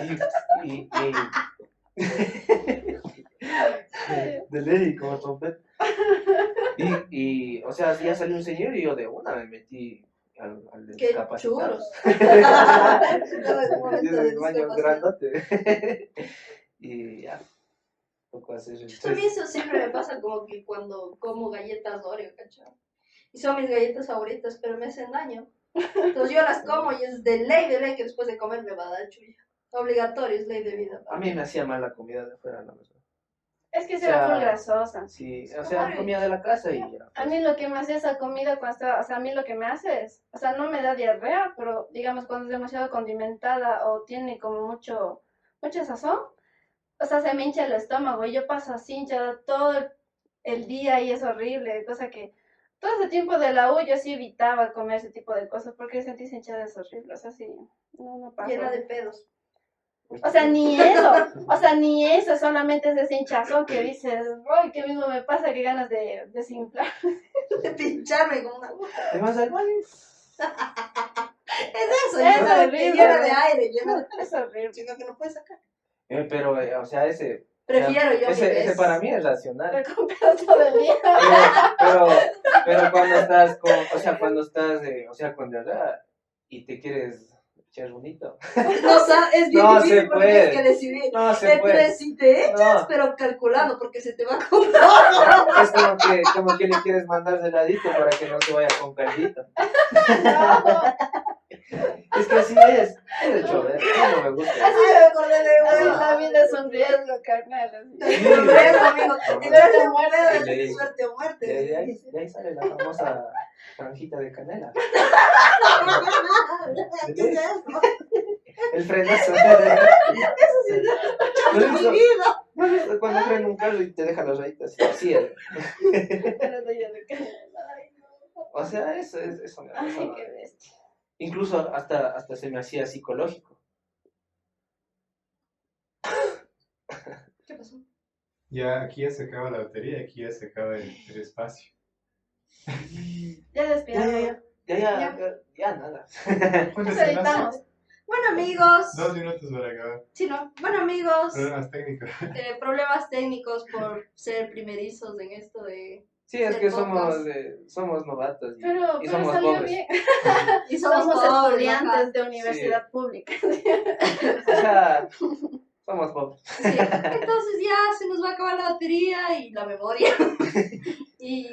S2: y, y, y- de, de ley, como trompeta. Y, y, o sea, ya salió un señor y yo de una me metí al, al
S4: Qué
S2: discapacitado.
S4: chulos. Estaba en un
S2: Y
S4: momento
S2: era
S4: de
S2: el baño
S4: discapacidad.
S2: grandote. y ya. Tocó hacer el
S4: Pues A mí
S2: test.
S4: eso siempre me pasa como que cuando como galletas Oreo, ¿cachai? Y son mis galletas favoritas, pero me hacen daño. Entonces yo las como y es de ley, de ley que después de comer me va a dar chulla. Obligatorio, es ley de vida.
S2: A mí me hacía mal la comida de afuera, la verdad.
S1: Es que se
S2: O sea,
S1: era full grasosa.
S2: Sí, o sea, comida de la casa y ya.
S1: A mí lo que me hace esa comida cuando está, o sea, a mí lo que me hace es, o sea, no me da diarrea, pero digamos cuando es demasiado condimentada o tiene como mucho, mucha sazón, o sea, se me hincha el estómago y yo paso así hinchada todo el, el día y es horrible, cosa que todo ese tiempo de la U yo sí evitaba comer ese tipo de cosas porque sentís hinchadas horribles, o sea, sí, no, no pasa.
S4: Llena de pedos.
S2: Pues,
S1: O sea, ni eso, o sea, ni eso, solamente es ese hinchazón que dices, uy, qué mismo me pasa, qué ganas de desinflar.
S4: De pincharme con una aguja.
S2: Te vas al baño.
S4: Ah. Es eso,
S1: Es
S4: llena de-
S1: horrible.
S4: llena de aire, llena de
S1: Es horrible.
S4: sino que no puedes sacar.
S2: Eh, pero, eh, o sea, ese,
S4: Prefiero yo mil
S2: ese, ese
S4: veces.
S2: para mí es racional.
S1: Me compras todo el día.
S2: Pero, pero, pero cuando estás con, o sea, cuando estás, eh, o sea, cuando ya y te quieres echar bonito.
S4: No, o sea, es bien
S2: No se
S4: difícil porque
S2: puede.
S4: tienes que decidir.
S2: No, se
S4: Entre
S2: puede.
S4: si te echas,
S2: No.
S4: pero calculando, porque se te va a comer.
S2: Es como que, como que le quieres mandar de ladito para que no se vaya con caldito.
S1: No,
S2: Es que así es. Es el chover. No, no me gusta.
S4: Ay, me acordé de
S1: así
S4: uno.
S1: la vida es un riesgo, carnal. así.
S4: Es un riesgo, amigo.
S2: Sí.
S4: Suerte o muerte,
S2: Sí.
S4: suerte o muerte.
S2: De ahí, de ahí- de ahí sale la famosa franjita de canela.
S4: ¿Qué es eso?
S2: El frenazo.
S4: Chao,
S2: Pero
S4: mi
S2: eso-
S4: vida.
S2: Cuando frena un carro y te deja las rayitas. Así es.
S1: Pero no, yo no creo.
S2: O sea, eso es. Eso, me- eso
S1: Ay,
S2: me-
S1: qué bestia.
S2: Incluso hasta, hasta se me hacía psicológico.
S4: ¿Qué pasó?
S3: Ya aquí ya se acaba la batería, aquí ya se acaba el, el espacio.
S1: Ya
S2: Ya, ya,
S1: despidamos.
S2: ya. Ya, ya, ya, ya nada.
S3: ¿Cuántas
S1: Nos
S3: semanas?
S1: editamos.
S4: Bueno, amigos.
S3: Dos minutos para acabar.
S4: Sí, no. Bueno, amigos.
S3: Problemas técnicos.
S4: eh, problemas técnicos por ser primerizos en esto de.
S2: Sí, es
S4: El
S2: que somos,
S4: podcast.
S2: eh, somos novatos. y-
S1: Pero,
S2: Y
S1: pero
S2: somos
S1: salió
S2: pobres.
S1: bien.
S4: Y somos,
S1: Somos
S4: pobres,
S1: estudiantes
S4: ajá.
S1: de universidad pública.
S2: O sea, somos pobres.
S4: Sí. Entonces ya se nos va a acabar la batería y la memoria. y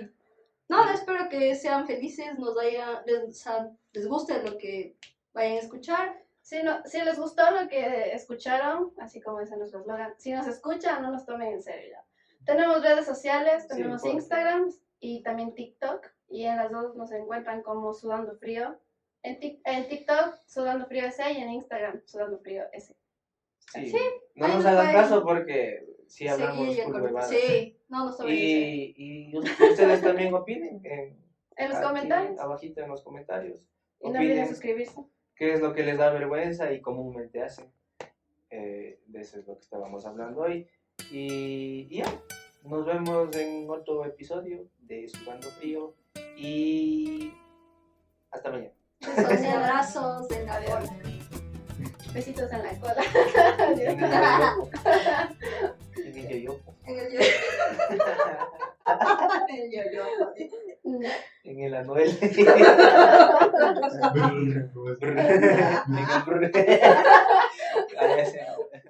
S4: nada, espero que sean felices, nos haya, les, les guste lo que vayan a escuchar.
S1: Si, no, si les gustó lo que escucharon, así como dice nuestro slogan, si nos escuchan, no nos tomen en serio. ya. Tenemos redes sociales,
S2: Sí,
S1: tenemos
S2: por favor.
S1: Instagram y también TikTok, y en las dos nos encuentran como Sudando Frío. En, Tik- en TikTok, Sudando Frío S y en Instagram, Sudando Frío S.
S2: Sí.
S1: Sí,
S2: No
S4: ahí
S2: nos
S4: nos
S2: hagan
S4: pueden-
S2: caso porque sí hablamos
S4: Sí,
S2: por
S4: con-
S2: huevadas.
S4: sí, no nos tomen en serio.
S2: Y, y ustedes también opinen. En,
S1: En los
S2: aquí,
S1: comentarios.
S2: Abajito en los comentarios.
S1: Y no olviden
S2: Opinen
S1: suscribirse.
S2: qué es lo que les da vergüenza y comúnmente hacen. Eh, de eso es lo que estábamos hablando hoy. Y, y ya, nos vemos en otro episodio de Sudando Frío. Y hasta mañana.
S4: Besos y abrazos en la boca.
S1: Besitos en la cola.
S2: En
S1: Adiós.
S2: el yoyopo. En
S4: En
S2: el yoyopo.
S4: el yo- en el yo-yo.
S2: En el anuel.
S3: Brr, como es-
S2: Brr.